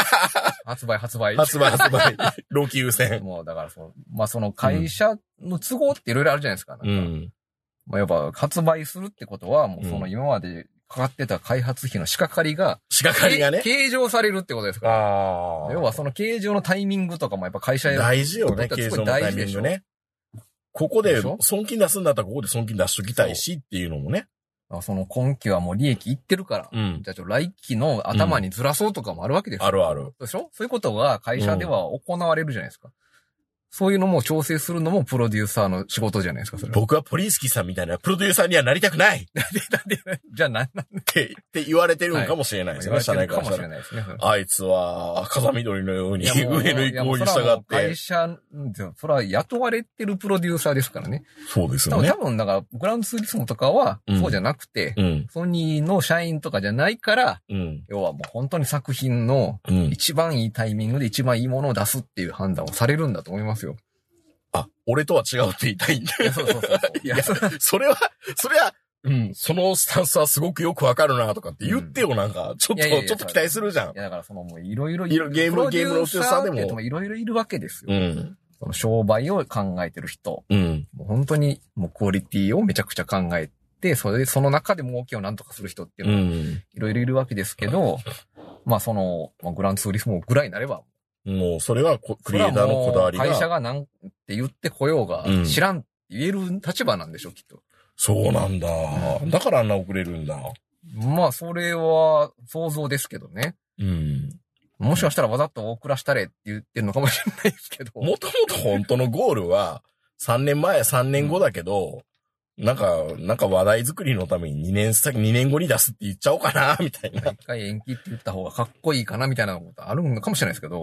[SPEAKER 3] 発売、発売。
[SPEAKER 2] (laughs) 発売、発売。老朽優先。
[SPEAKER 3] もう、だから、その、まあ、その会社の都合っていろいろあるじゃないですか。なんか
[SPEAKER 2] うん。
[SPEAKER 3] まあ、やっぱ、発売するってことは、もう、そうの
[SPEAKER 2] ん
[SPEAKER 3] 今までかかってた開発費の仕掛かりが、
[SPEAKER 2] 仕掛かりがね。
[SPEAKER 3] 計上されるってことですから。
[SPEAKER 2] ああ。
[SPEAKER 3] 要は、その計上のタイミングとかも、やっぱ会社
[SPEAKER 2] 大事よね、
[SPEAKER 3] だっ
[SPEAKER 2] 形
[SPEAKER 3] てす
[SPEAKER 2] 状
[SPEAKER 3] ご
[SPEAKER 2] の
[SPEAKER 3] い
[SPEAKER 2] タ
[SPEAKER 3] 大
[SPEAKER 2] イ
[SPEAKER 3] 事
[SPEAKER 2] ミ
[SPEAKER 3] で
[SPEAKER 2] ン
[SPEAKER 3] し
[SPEAKER 2] グ
[SPEAKER 3] ょ
[SPEAKER 2] ね。ここで
[SPEAKER 3] でしょ、
[SPEAKER 2] 損金出すんだったらここで損金出しときたいしっていうのもね。
[SPEAKER 3] その今期はもう利益いってるから、
[SPEAKER 2] うん。
[SPEAKER 3] じゃあちょっと来期の頭にずらそうとかもあるわけですよ
[SPEAKER 2] あるある。
[SPEAKER 3] そうでしょそういうことが会社では行われるじゃないですか。そういうのも調整するのもプロデューサーの仕事じゃないですか、それは。
[SPEAKER 2] 僕はポリスキーさんみたいなプロデューサーにはなりたくない (laughs) っ
[SPEAKER 3] じゃあ何なん
[SPEAKER 2] てって言われてるんかもしれないで
[SPEAKER 3] ですす
[SPEAKER 2] よね、社内か
[SPEAKER 3] からも
[SPEAKER 2] し
[SPEAKER 3] したれ
[SPEAKER 2] ら
[SPEAKER 3] ないですね。それ
[SPEAKER 2] あいつは、風見鶏のように
[SPEAKER 3] い (laughs) やもう
[SPEAKER 2] 上の意向に従っ
[SPEAKER 3] いやも
[SPEAKER 2] て
[SPEAKER 3] う会。社、それは雇われてるプロデューサーですからね。
[SPEAKER 2] そうです
[SPEAKER 3] 多
[SPEAKER 2] よ
[SPEAKER 3] 分、
[SPEAKER 2] ね
[SPEAKER 3] 多。分だから、グランツーリスモとかは、
[SPEAKER 2] うん
[SPEAKER 3] そうじゃなくて、
[SPEAKER 2] うん。
[SPEAKER 3] ソニーの社員とかじゃないから、
[SPEAKER 2] うん。
[SPEAKER 3] 要はもう本当に作品の
[SPEAKER 2] うん。
[SPEAKER 3] 一番いいタイミングで一番いいものを出すっていう判断をされるんだと思いますよ。
[SPEAKER 2] あ、俺とは違うって言いたいんだ
[SPEAKER 3] (laughs) いや、そうそうそうそう。いや、それは
[SPEAKER 2] それは、それは、うん、そのスタンスはすごくよくわかるなとかって言ってよ、なんか、ちょっ
[SPEAKER 3] い
[SPEAKER 2] と、
[SPEAKER 3] やい
[SPEAKER 2] ち
[SPEAKER 3] や
[SPEAKER 2] ょ
[SPEAKER 3] い
[SPEAKER 2] っ
[SPEAKER 3] や
[SPEAKER 2] と期待するじゃん
[SPEAKER 3] い。や、だからそのもういろいろ
[SPEAKER 2] いろゲーム
[SPEAKER 3] プロデュ
[SPEAKER 2] ゲームのプロデューサーでも
[SPEAKER 3] っていう人いろいろいるわけですよ。
[SPEAKER 2] うん。
[SPEAKER 3] その商売を考えてる人。
[SPEAKER 2] うん。
[SPEAKER 3] もう本当にもうクオリティをめちゃくちゃ考えて、それでその中で儲けをなんとかする人っていう
[SPEAKER 2] う
[SPEAKER 3] のが
[SPEAKER 2] ん。
[SPEAKER 3] いろいろいるわけですけど、まあその、まあ、グランツーリスモぐらいになれば、
[SPEAKER 2] もう、それはこクリエイターのこだわり
[SPEAKER 3] それはもう会社
[SPEAKER 2] が。
[SPEAKER 3] がなんて言ってこようが
[SPEAKER 2] うん、
[SPEAKER 3] 知らんって言える立場なんでしょう、きっと。
[SPEAKER 2] そうなんだ。だからあんな遅れるんだ。
[SPEAKER 3] まあそれは想像ですけどね。
[SPEAKER 2] うん。
[SPEAKER 3] もしかしたらわざと遅らしたれって言ってるのかもしれないですけど。
[SPEAKER 2] もともと本当のゴールは、3年前、3年後だけど、なんか、なんか話題作りのために2年先、2年後に出すって言っちゃおうかな、みたいな。
[SPEAKER 3] 一回延期って言った方がかっこいいかなみたいなことあるのかもしれないですけど。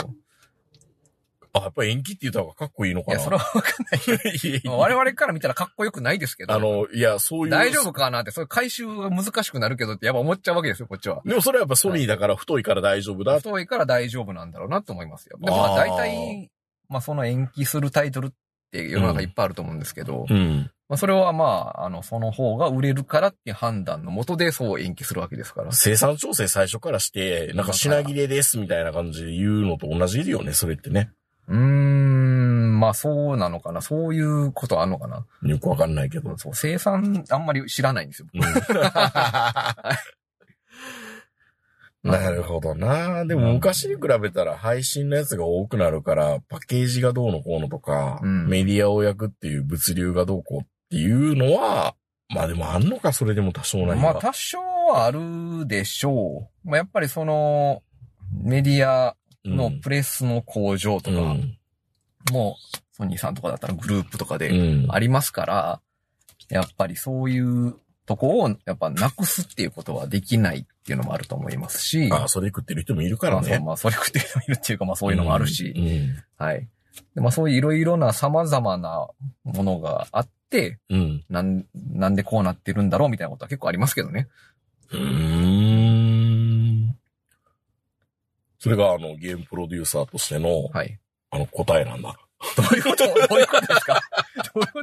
[SPEAKER 2] あ、やっぱり延期って言った方がかっこいいの
[SPEAKER 3] い
[SPEAKER 2] かな。
[SPEAKER 3] や、それは (laughs) わかんない。
[SPEAKER 2] (laughs) いや
[SPEAKER 3] まあ我々から見たらかっこよくないですけど。
[SPEAKER 2] あの、いや、そういう。
[SPEAKER 3] 大丈夫かなって、それ回収が難しくなるけどってやっぱ思っちゃうわけですよ、こっちは。
[SPEAKER 2] でもそれはやっぱソニーだから太いから大丈夫だ。
[SPEAKER 3] 太いから大丈夫なんだろうなと思いますよ。でもまあ
[SPEAKER 2] あー
[SPEAKER 3] 大体、まあその延期するタイトルって世の中いっぱいあると思うんですけど、
[SPEAKER 2] うん。
[SPEAKER 3] まあそれはまあ、あの、その方が売れるからっていう判断のもとでそう延期するわけですから。
[SPEAKER 2] 生産調整最初からして、なんか品切れですみたいな感じで言うのと同じよね、それってね。
[SPEAKER 3] うーん、まあそうなのかな。そういうことあんのかな。
[SPEAKER 2] よくわかんないけど。
[SPEAKER 3] そう、生産あんまり知らないんですよ。
[SPEAKER 2] (laughs) なるほどな。でも昔に比べたら配信のやつが多くなるから、パッケージがどうのこうのとか、
[SPEAKER 3] うん
[SPEAKER 2] メディアを焼くっていう物流がどうこうっていうのは、まあでもあんのか、それでも多少なり
[SPEAKER 3] まあ
[SPEAKER 2] は。
[SPEAKER 3] 多少はあるでしょう。まあやっぱりそのメディア
[SPEAKER 2] うん
[SPEAKER 3] のプレスの向上とか、
[SPEAKER 2] うん
[SPEAKER 3] もう、ソニーさんとかだったらグループとかで
[SPEAKER 2] うん
[SPEAKER 3] ありますから、やっぱりそういうとこを、やっぱなくすっていうことはできないっていうのもあると思いますし、
[SPEAKER 2] ああ、それ食ってる人もいるから
[SPEAKER 3] まあそう
[SPEAKER 2] ね。
[SPEAKER 3] まあ、それ食ってみるっていうか、まあそういうのもあるし、
[SPEAKER 2] うん。
[SPEAKER 3] はい。でまあそういういろいろな様々なものがあって、
[SPEAKER 2] うん。
[SPEAKER 3] なん、なんでこうなってるんだろうみたいなことは結構ありますけどね。
[SPEAKER 2] うーん。それが、あの、ゲームプロデューサーとしての、
[SPEAKER 3] はい。
[SPEAKER 2] あの、答えなんだ。
[SPEAKER 3] どういうこと (laughs) どういうことですかどういうこ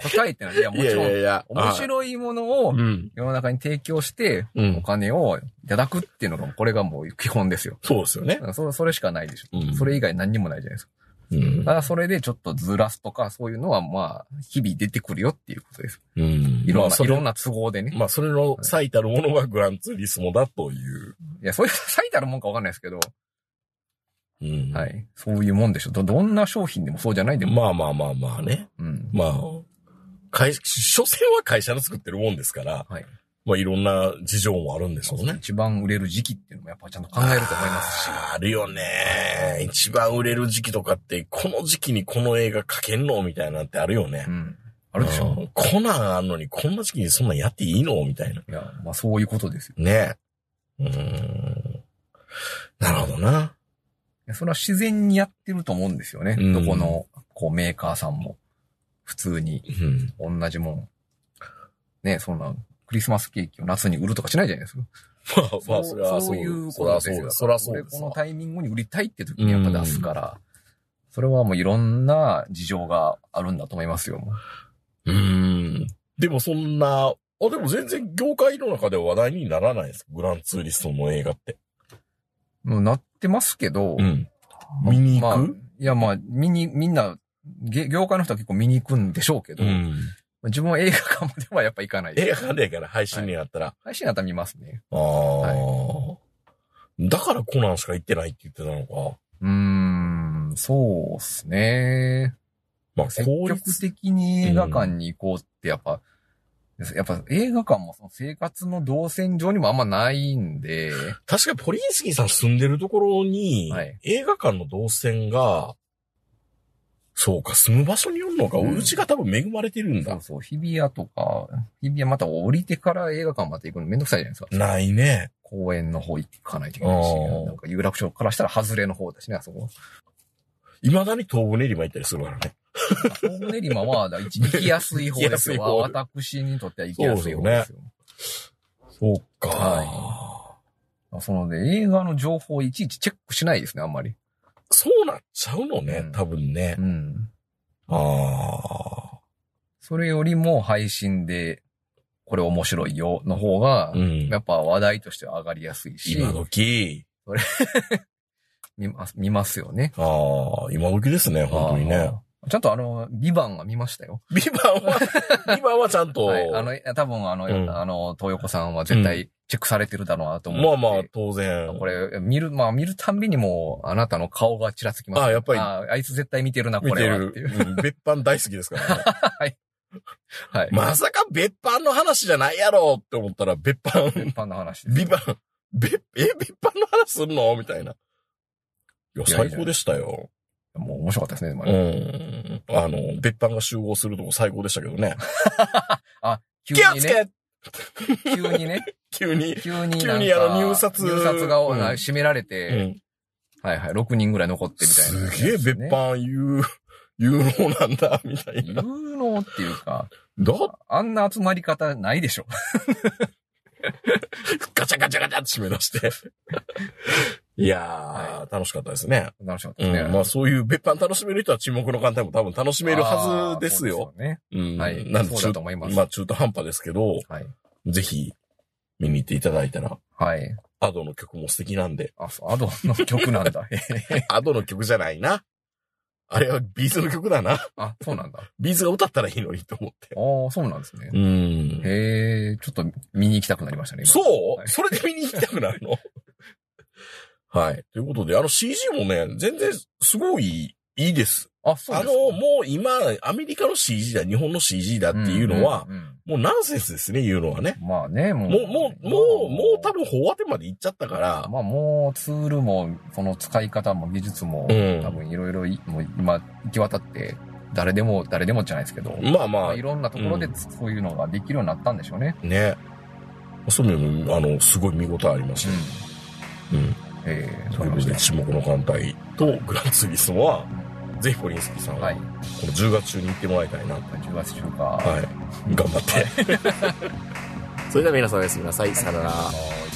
[SPEAKER 3] と答えってのは、いや、もちろん、
[SPEAKER 2] いや
[SPEAKER 3] 面白いものを
[SPEAKER 2] うん。
[SPEAKER 3] 世の中に提供して、
[SPEAKER 2] う
[SPEAKER 3] お
[SPEAKER 2] ん。
[SPEAKER 3] 金をいただくっていうのが、これがもう基本ですよ。
[SPEAKER 2] そうですよね
[SPEAKER 3] だ。からそれそれしかないでし
[SPEAKER 2] うん
[SPEAKER 3] ょ。それ以外何にもないじゃないですか。
[SPEAKER 2] うん
[SPEAKER 3] だからそれでちょっとずらすとか、そういうのはまあ、日々出てくるよっていうことです。
[SPEAKER 2] うん。
[SPEAKER 3] いろん
[SPEAKER 2] まあ
[SPEAKER 3] な、
[SPEAKER 2] そ
[SPEAKER 3] い
[SPEAKER 2] れ
[SPEAKER 3] ろんな都合でね。
[SPEAKER 2] まあ、それの最たるものがグランツーリスモだという。
[SPEAKER 3] いや、そう (laughs) いう、最たるもんかわかんないですけど、
[SPEAKER 2] うん
[SPEAKER 3] は。い。そういうもんでしょ。ど、どんな商品でもそうじゃないでも。
[SPEAKER 2] まあまあまあまあね。
[SPEAKER 3] うん。
[SPEAKER 2] まあ、会、所詮は会社の作ってるもんですから、
[SPEAKER 3] はい。
[SPEAKER 2] まあいろんな事情もあるんでしょうね。
[SPEAKER 3] 一番売れる時期っていうのもやっぱちゃんと考えると思いますし。
[SPEAKER 2] あーあるよね。一番売れる時期とかって、この時期にこの映画描けんのみたいなんてあるよね
[SPEAKER 3] う。ん。あるでしょ。
[SPEAKER 2] うんコナンあんのに、こんな時期にそんなんやっていいのみたいな。
[SPEAKER 3] いや、まあそういうことですよ。
[SPEAKER 2] ねえ。うーん。なるほどな。
[SPEAKER 3] いやそれは自然にやってると思うんですよね。
[SPEAKER 2] うん
[SPEAKER 3] どこの、こう、メーカーさんも。普通に、
[SPEAKER 2] うん。
[SPEAKER 3] 同じもん。ね、そんな、クリスマスケーキを夏に売るとかしないじゃないですか。
[SPEAKER 2] まあまあ、それは
[SPEAKER 3] そう
[SPEAKER 2] そう
[SPEAKER 3] いう
[SPEAKER 2] そ
[SPEAKER 3] こ
[SPEAKER 2] り
[SPEAKER 3] と
[SPEAKER 2] ゃ
[SPEAKER 3] です
[SPEAKER 2] そう
[SPEAKER 3] よ
[SPEAKER 2] です。そりゃそう
[SPEAKER 3] 俺
[SPEAKER 2] です
[SPEAKER 3] こ
[SPEAKER 2] わ
[SPEAKER 3] のタイミングに売りたいって時にやっぱ出すから、それはもういろんな事情があるんだと思いますよ。もう
[SPEAKER 2] うーん。でもそんな、あ、でも全然業界の中では話題にならないです。グランツーリストの映画って。
[SPEAKER 3] もうなってますけど、
[SPEAKER 2] ん。
[SPEAKER 3] ま
[SPEAKER 2] 見に行く
[SPEAKER 3] まあいや、まあ、見に、みんな、げ業界の人は結構見に行くんでしょうけど、
[SPEAKER 2] うん。
[SPEAKER 3] 自分は映画館まではやっぱ行かないです。
[SPEAKER 2] 映画館でやから配信になったら、
[SPEAKER 3] 配信だったら見ますね。
[SPEAKER 2] ああ、だからコナンしか行ってないって言ってたのか。
[SPEAKER 3] うーん、そうっすね。
[SPEAKER 2] まあ、
[SPEAKER 3] 積
[SPEAKER 2] 効
[SPEAKER 3] 極
[SPEAKER 2] 率。
[SPEAKER 3] 的に映画館に行こうってやっぱ、やっぱ映画館もその生活の動線上にもあんまないんで、
[SPEAKER 2] 確かポリンスキーさん住んでるところに、
[SPEAKER 3] はい
[SPEAKER 2] 映画館の動線が、そうか、住む場所によるのか、う
[SPEAKER 3] うん
[SPEAKER 2] ちが多分恵まれてるん
[SPEAKER 3] そ
[SPEAKER 2] だ
[SPEAKER 3] う。そう、日比谷とか、日比谷また降りてから映画館まで行くのめんどくさいじゃないですか。
[SPEAKER 2] ないね。
[SPEAKER 3] 公園の方行かないといけない
[SPEAKER 2] あ
[SPEAKER 3] し、
[SPEAKER 2] ー
[SPEAKER 3] なんか有楽町からしたら外れの方だしね、あそこ。
[SPEAKER 2] 未だに東武練馬行ったりするからね。
[SPEAKER 3] 東武練馬は、だから (laughs) 一行きやすい方です
[SPEAKER 2] 行
[SPEAKER 3] よ。
[SPEAKER 2] きやすい
[SPEAKER 3] わ私にとっては行きやすい方ですよ。
[SPEAKER 2] そうか。
[SPEAKER 3] はそので、映画の情報をいちいちチェックしないですね、あんまり。
[SPEAKER 2] そうなっちゃうの
[SPEAKER 3] う
[SPEAKER 2] ね
[SPEAKER 3] ん、
[SPEAKER 2] 多分ね
[SPEAKER 3] う。ん。
[SPEAKER 2] あ
[SPEAKER 3] それよりも配信で、これ面白いよ、の方が
[SPEAKER 2] あ。う、ん
[SPEAKER 3] や。っぱ話題としては上がりやすいし、
[SPEAKER 2] 今時。
[SPEAKER 3] 見ます見ますよね。
[SPEAKER 2] ああ、今時ですね、本当にね。
[SPEAKER 3] あー。ちゃんとあの、ビバンは見ましたよ。
[SPEAKER 2] ビバン
[SPEAKER 3] (laughs)
[SPEAKER 2] は、ビバンはちゃんと、
[SPEAKER 3] はい。あの、いや多分あの、
[SPEAKER 2] うん
[SPEAKER 3] あの、東横さんは絶対チェックされてるだろうなと思
[SPEAKER 2] ま
[SPEAKER 3] っ
[SPEAKER 2] あ
[SPEAKER 3] て。
[SPEAKER 2] まあ、当然。
[SPEAKER 3] これ、見る、まあ見るたんびにもう、あなたの顔がちらつきます、
[SPEAKER 2] あやっぱり
[SPEAKER 3] ああいつ絶対見てるな、こ
[SPEAKER 2] 見て
[SPEAKER 3] れは。
[SPEAKER 2] る
[SPEAKER 3] っていう。。
[SPEAKER 2] うん別版大好きです
[SPEAKER 3] (laughs)
[SPEAKER 2] からね。
[SPEAKER 3] はい。
[SPEAKER 2] まさか別版の話じゃないやろって思ったら、別版、
[SPEAKER 3] (laughs) 別班の話です。
[SPEAKER 2] ビバン、別、え、別版の話すんのみたいな。いや、
[SPEAKER 3] いやい
[SPEAKER 2] 最
[SPEAKER 3] いじゃん
[SPEAKER 2] 高でしたよ。
[SPEAKER 3] もう面白かったですね、でも
[SPEAKER 2] うん。
[SPEAKER 3] ね
[SPEAKER 2] あの、別版が集合するとこ最高でしたけどね。
[SPEAKER 3] 急
[SPEAKER 2] 気を
[SPEAKER 3] に
[SPEAKER 2] つ
[SPEAKER 3] ね、
[SPEAKER 2] け
[SPEAKER 3] 急にね、
[SPEAKER 2] 急に。
[SPEAKER 3] 急になん
[SPEAKER 2] (laughs)
[SPEAKER 3] か。
[SPEAKER 2] 急にあの入札
[SPEAKER 3] 入札が、
[SPEAKER 2] うん
[SPEAKER 3] 閉められて、
[SPEAKER 2] うん。
[SPEAKER 3] はいはい、6人ぐらい残ってみたいな、
[SPEAKER 2] すげえ別。版有、有能なんだ、みたい
[SPEAKER 3] 有
[SPEAKER 2] な。
[SPEAKER 3] 能っていうか、
[SPEAKER 2] だ
[SPEAKER 3] あんな集まり方ないでしょ。
[SPEAKER 2] ガチャガチャガチャって締め出
[SPEAKER 3] (laughs)
[SPEAKER 2] して。いやー、
[SPEAKER 3] は
[SPEAKER 2] 楽しかったですね。
[SPEAKER 3] 楽しかった
[SPEAKER 2] う
[SPEAKER 3] です
[SPEAKER 2] ん
[SPEAKER 3] ね。
[SPEAKER 2] まあそういう別版楽しめる人は沈黙の艦隊も多分楽しめるはずです
[SPEAKER 3] あー
[SPEAKER 2] よ。。
[SPEAKER 3] そうね。
[SPEAKER 2] うん
[SPEAKER 3] はい
[SPEAKER 2] なんで
[SPEAKER 3] そうだ
[SPEAKER 2] 中
[SPEAKER 3] と思います
[SPEAKER 2] まあ中途半端ですけど、
[SPEAKER 3] はい。
[SPEAKER 2] ぜひ見に行っていただいたら、
[SPEAKER 3] はい。
[SPEAKER 2] アドの曲も素敵なん
[SPEAKER 3] (laughs)
[SPEAKER 2] で。
[SPEAKER 3] あ、そう、アドの曲なんだ。へへへ
[SPEAKER 2] アドの曲じゃないな。あれはビーズの曲だな。
[SPEAKER 3] あ、そうなんだ。あ
[SPEAKER 2] ビーズが歌ったらいいのにと思って。
[SPEAKER 3] あ、そうなんですね。
[SPEAKER 2] うん。
[SPEAKER 3] へえ、ちょっと見に行きたくなりましたね。今
[SPEAKER 2] そう、
[SPEAKER 3] はい
[SPEAKER 2] それで見に行きたくなる
[SPEAKER 3] (laughs)
[SPEAKER 2] のはい。ということで、あの CG もね、全然すごいいいです。
[SPEAKER 3] あ、そう
[SPEAKER 2] あ
[SPEAKER 3] です
[SPEAKER 2] の、もう今、アメリカの CG だ、日本の CG だっていうのは、
[SPEAKER 3] んうんうん
[SPEAKER 2] もうナンセンスですね、言うのはね。
[SPEAKER 3] まあね、もう。
[SPEAKER 2] もう、もう、もう、もう多分、飽和点まで行っちゃったから、
[SPEAKER 3] まあもうツールも、その使い方も技術も、
[SPEAKER 2] うん
[SPEAKER 3] 多分いろいろい、もう今、行き渡って、誰でも、誰でもじゃないですけど、
[SPEAKER 2] まあ
[SPEAKER 3] ま
[SPEAKER 2] ま
[SPEAKER 3] あいろんなところで
[SPEAKER 2] う
[SPEAKER 3] そういうのができるようになったんでしょうね。
[SPEAKER 2] あ、ね。そういう意味でも、あの、すごい見応えありましたね。うん。
[SPEAKER 3] ええ
[SPEAKER 2] ということで、沈黙の艦隊とグランツーリスモは、ぜひコリンスキーさんは、
[SPEAKER 3] はい。
[SPEAKER 2] この10月中に行ってもらいたいな。はい。
[SPEAKER 3] 10月中か。
[SPEAKER 2] 頑張って。それでは皆さんおやすみなさい。さよなら。
[SPEAKER 3] はい